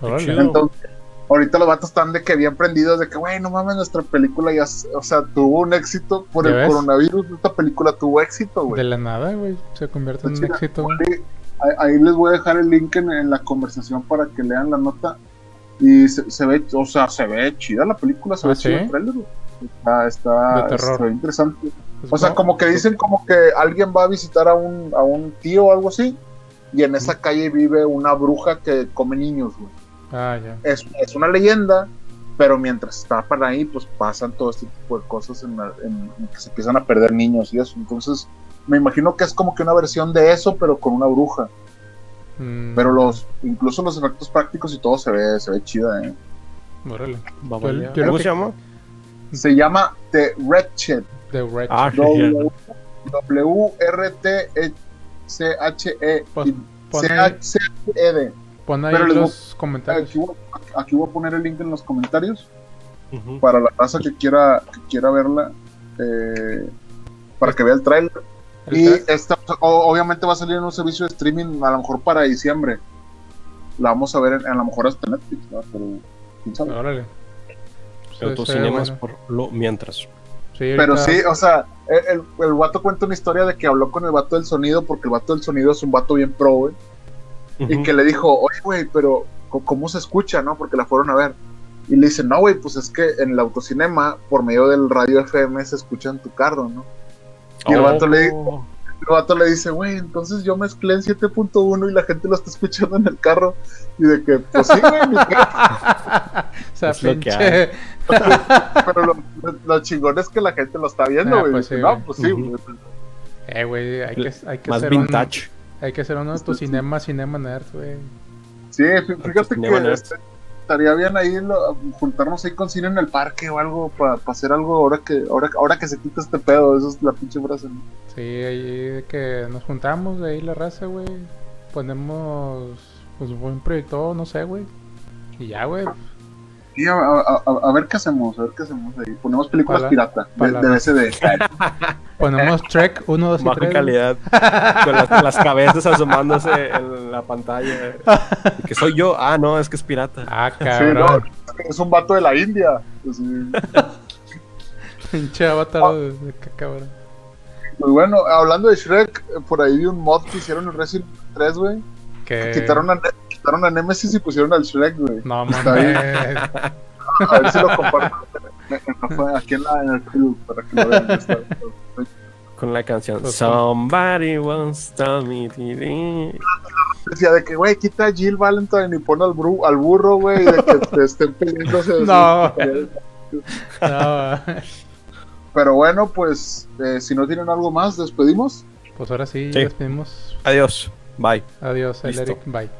Speaker 5: Órale.
Speaker 3: chido.
Speaker 4: Entonces, ahorita los vatos están de que bien prendidos de que, güey, no mames, nuestra película ya, s- o sea, tuvo un éxito por
Speaker 5: ¿Ya
Speaker 4: el
Speaker 5: ves?
Speaker 4: coronavirus, esta película tuvo éxito,
Speaker 5: De
Speaker 4: güey.
Speaker 5: la nada, güey. Se convierte en un
Speaker 4: Sí, la-
Speaker 5: éxito. güey.
Speaker 4: Ahí, ahí les voy a dejar el link en, en la conversación para que lean la nota. Y se, se ve, o sea, se ve chida la película, se
Speaker 5: ¿Ah,
Speaker 4: ve
Speaker 5: sí?
Speaker 4: chido el trailer, güey. Está, está,
Speaker 5: De terror.
Speaker 4: está interesante.
Speaker 5: Pues,
Speaker 4: O sea,
Speaker 5: ¿no?
Speaker 4: como que dicen como que alguien va a visitar a un, a un tío o algo así, y en esa calle vive una bruja que come niños, güey.
Speaker 5: Ah, ya.
Speaker 4: Es, es una leyenda, pero mientras está para ahí, pues pasan todo este tipo de cosas en, la- en- en que se empiezan a perder niños y eso. Entonces, me imagino que es como que una versión de eso, pero con una bruja.
Speaker 5: Mm,
Speaker 4: Pero los, incluso los efectos prácticos y todo se ve, se ve chida, eh.
Speaker 5: Órale.
Speaker 3: Vamos
Speaker 5: yo-
Speaker 3: allá.
Speaker 5: yo lo
Speaker 3: ¿Cómo
Speaker 5: que-
Speaker 3: se llama?
Speaker 4: Se llama The Wretched.
Speaker 5: The Wretch.
Speaker 3: Ah,
Speaker 4: W- E W-R-T-C-H-E.
Speaker 5: Pues, pon, ahí,
Speaker 4: C-H-E-D.
Speaker 5: pon ahí
Speaker 4: pero les
Speaker 5: los comentarios.
Speaker 4: E Aquí voy, aquí voy a poner el link en los comentarios
Speaker 3: Ujú.
Speaker 4: para la raza que quiera, que quiera verla, eh, para que vea el trailer.
Speaker 5: El
Speaker 4: Y
Speaker 5: tra-
Speaker 4: esta, o- obviamente va a salir en un servicio de streaming, a lo mejor para diciembre. La vamos a ver, en- a lo mejor hasta Netflix, ¿no? pero quién sabe.
Speaker 5: Órale. Sí,
Speaker 3: Autocinemas
Speaker 5: estaría
Speaker 3: por lo mientras.
Speaker 5: Pues, eh, Sí, ahorita-
Speaker 4: Pero sí, o sea, el, el vato cuenta una historia de que habló con el vato del sonido, porque el vato del sonido es un vato bien pro, güey. y
Speaker 3: Ujú.
Speaker 4: que le dijo, oye, güey, pero co- ¿cómo se escucha, no? Porque la fueron a ver. Y le dice, no, güey, pues es que en el autocinema, por medio del radio FM, se escucha en tu carro, ¿no? Y el
Speaker 3: Oh.
Speaker 4: vato le, el vato le dice, güey, entonces yo mezclé en 7.1 y la gente lo está escuchando en el carro. Y de que, pues sí, güey, mi carro".
Speaker 5: o sea,
Speaker 3: Es lo que hay.
Speaker 5: pinche-
Speaker 4: pero lo, lo chingón es que la gente lo está viendo,
Speaker 5: Ah,
Speaker 4: güey.
Speaker 5: pues
Speaker 4: Dice,
Speaker 5: sí,
Speaker 4: no,
Speaker 5: güey.
Speaker 4: pues sí,
Speaker 3: Ujú.
Speaker 4: güey.
Speaker 5: Eh, güey, hay que, hay que
Speaker 3: Más
Speaker 5: ser
Speaker 3: vintage.
Speaker 5: un... Hay que hacer uno de tus
Speaker 4: Sí.
Speaker 5: cinema, cinema nerd, güey.
Speaker 4: Sí, fí- fíjate
Speaker 3: Autocinema
Speaker 4: que
Speaker 3: Nerd.
Speaker 4: este, estaría bien ahí lo- juntarnos ahí con cine en el parque o algo para hacer algo ahora que, ahora, ahora que se quita este pedo. Eso es la pinche frase, ¿no?
Speaker 5: Sí, ahí de que nos juntamos, ahí la raza, güey. Ponemos, pues, un buen proyecto, no sé, güey. Y ya, güey.
Speaker 4: Sí, a, a- a- a ver qué hacemos, a ver qué hacemos ahí. Ponemos películas
Speaker 5: Pala-
Speaker 4: pirata de, de
Speaker 5: palabras.
Speaker 4: BCD.
Speaker 5: Ponemos Trek 1, 2 y
Speaker 3: Baja
Speaker 5: 3.
Speaker 3: calidad. con las, las cabezas asomándose en la pantalla. Y que soy yo. Ah, no, es que es pirata.
Speaker 5: Ah,
Speaker 4: Sí, no,
Speaker 5: cabrón.
Speaker 4: es un vato de la India. Pues, sí.
Speaker 5: Pinche avatar de- de qué cabrón.
Speaker 4: Pues bueno, hablando de Shrek, eh, por ahí vi un mod que hicieron en Resident Evil 3, güey.
Speaker 5: Que...
Speaker 4: Quitaron, a, Ne- quitaron a Nemesis y pusieron al Shrek, güey.
Speaker 5: No,
Speaker 4: Está
Speaker 5: mames.
Speaker 4: A ver si lo comparto en- en- aquí en, la, en el club para que lo vean. Está-
Speaker 3: Con la canción.
Speaker 5: Pues sí.
Speaker 3: Somebody wants to me. di, di.
Speaker 4: Decía de que, güey, quita a Jill Valentine y pon al, bru- al burro, güey, y de que te estén peleándose.
Speaker 5: No. No,
Speaker 4: Pero bueno, pues, eh, si no tienen algo más, despedimos.
Speaker 5: pues ahora sí,
Speaker 3: Sí.
Speaker 5: despedimos.
Speaker 3: Adiós. Bye.
Speaker 5: Adiós, el
Speaker 3: Listo.
Speaker 5: Eric. Bye.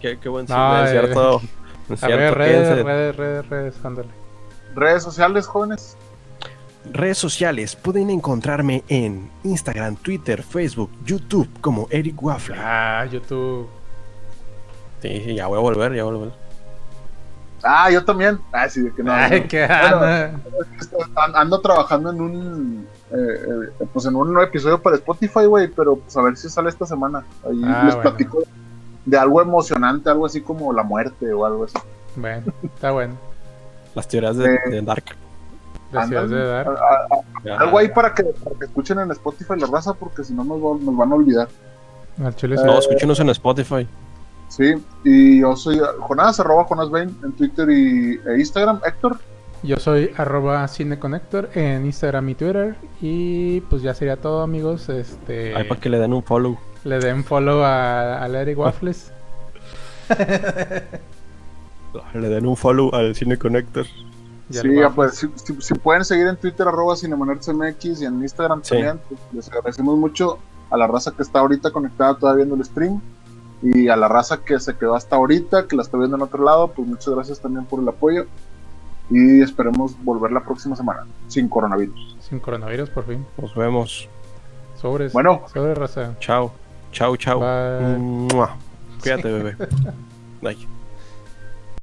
Speaker 3: Qué, qué buen
Speaker 5: No,
Speaker 3: cine, es
Speaker 5: eh,
Speaker 3: cierto. Es
Speaker 5: A
Speaker 3: cierto,
Speaker 5: ver,
Speaker 3: quédense.
Speaker 5: redes, redes, redes, redes, ándale.
Speaker 4: redes sociales, jóvenes.
Speaker 2: Redes sociales pueden encontrarme en Instagram, Twitter, Facebook, YouTube como Eric Waffler.
Speaker 5: Ah, YouTube.
Speaker 3: Sí, sí, ya voy a volver, ya voy a volver.
Speaker 4: Ah, yo también. Ah, sí, de que no.
Speaker 5: Ay,
Speaker 4: no.
Speaker 5: qué
Speaker 4: Bueno,
Speaker 5: ana.
Speaker 4: An- Ando trabajando en un. eh, eh, pues en un episodio para Spotify, güey. Pero pues a ver si sale esta semana. Ahí
Speaker 5: Ah,
Speaker 4: les
Speaker 5: bueno.
Speaker 4: platico de algo emocionante, algo así como la muerte o algo así.
Speaker 5: Bueno, está bueno.
Speaker 3: Las teorías de, de Dark.
Speaker 5: Gracias
Speaker 4: Ándale.
Speaker 5: de
Speaker 4: A-
Speaker 5: dar. Ah.
Speaker 4: a-
Speaker 3: Ya.
Speaker 4: Algo ahí para que, para que escuchen en Spotify la raza, porque si no nos, va- nos van a olvidar.
Speaker 5: Al chile sí.
Speaker 3: No, escúchenos en Spotify.
Speaker 4: Sí, y yo soy Jonás, arroba Jonás Bain en Twitter y, e Instagram. Héctor,
Speaker 5: Yo soy arroba cineconnector en Instagram y Twitter. Y pues ya sería todo, amigos. Este
Speaker 3: Ahí para que le den un follow.
Speaker 5: le den follow a, al Eric Waffles.
Speaker 3: Le den un follow al Cine Connector.
Speaker 5: Ya
Speaker 4: sí,
Speaker 5: le
Speaker 4: ya,
Speaker 5: va-
Speaker 4: pues, si, si- si pueden seguir en Twitter, arroba CinemanerdsMX y en Instagram
Speaker 3: Sí.
Speaker 4: también. pues, les agradecemos mucho a la raza que está ahorita conectada todavía viendo el stream y a la raza que se quedó hasta ahorita, que la está viendo en otro lado. Pues muchas gracias también por el apoyo y esperemos volver la próxima semana sin coronavirus.
Speaker 5: Sin coronavirus, por fin.
Speaker 3: Nos vemos.
Speaker 5: Sobres.
Speaker 4: Bueno.
Speaker 5: Sobre raza.
Speaker 3: Chao. Chao, chao.
Speaker 5: Bye.
Speaker 3: Mua. Cuídate, bebé. Bye.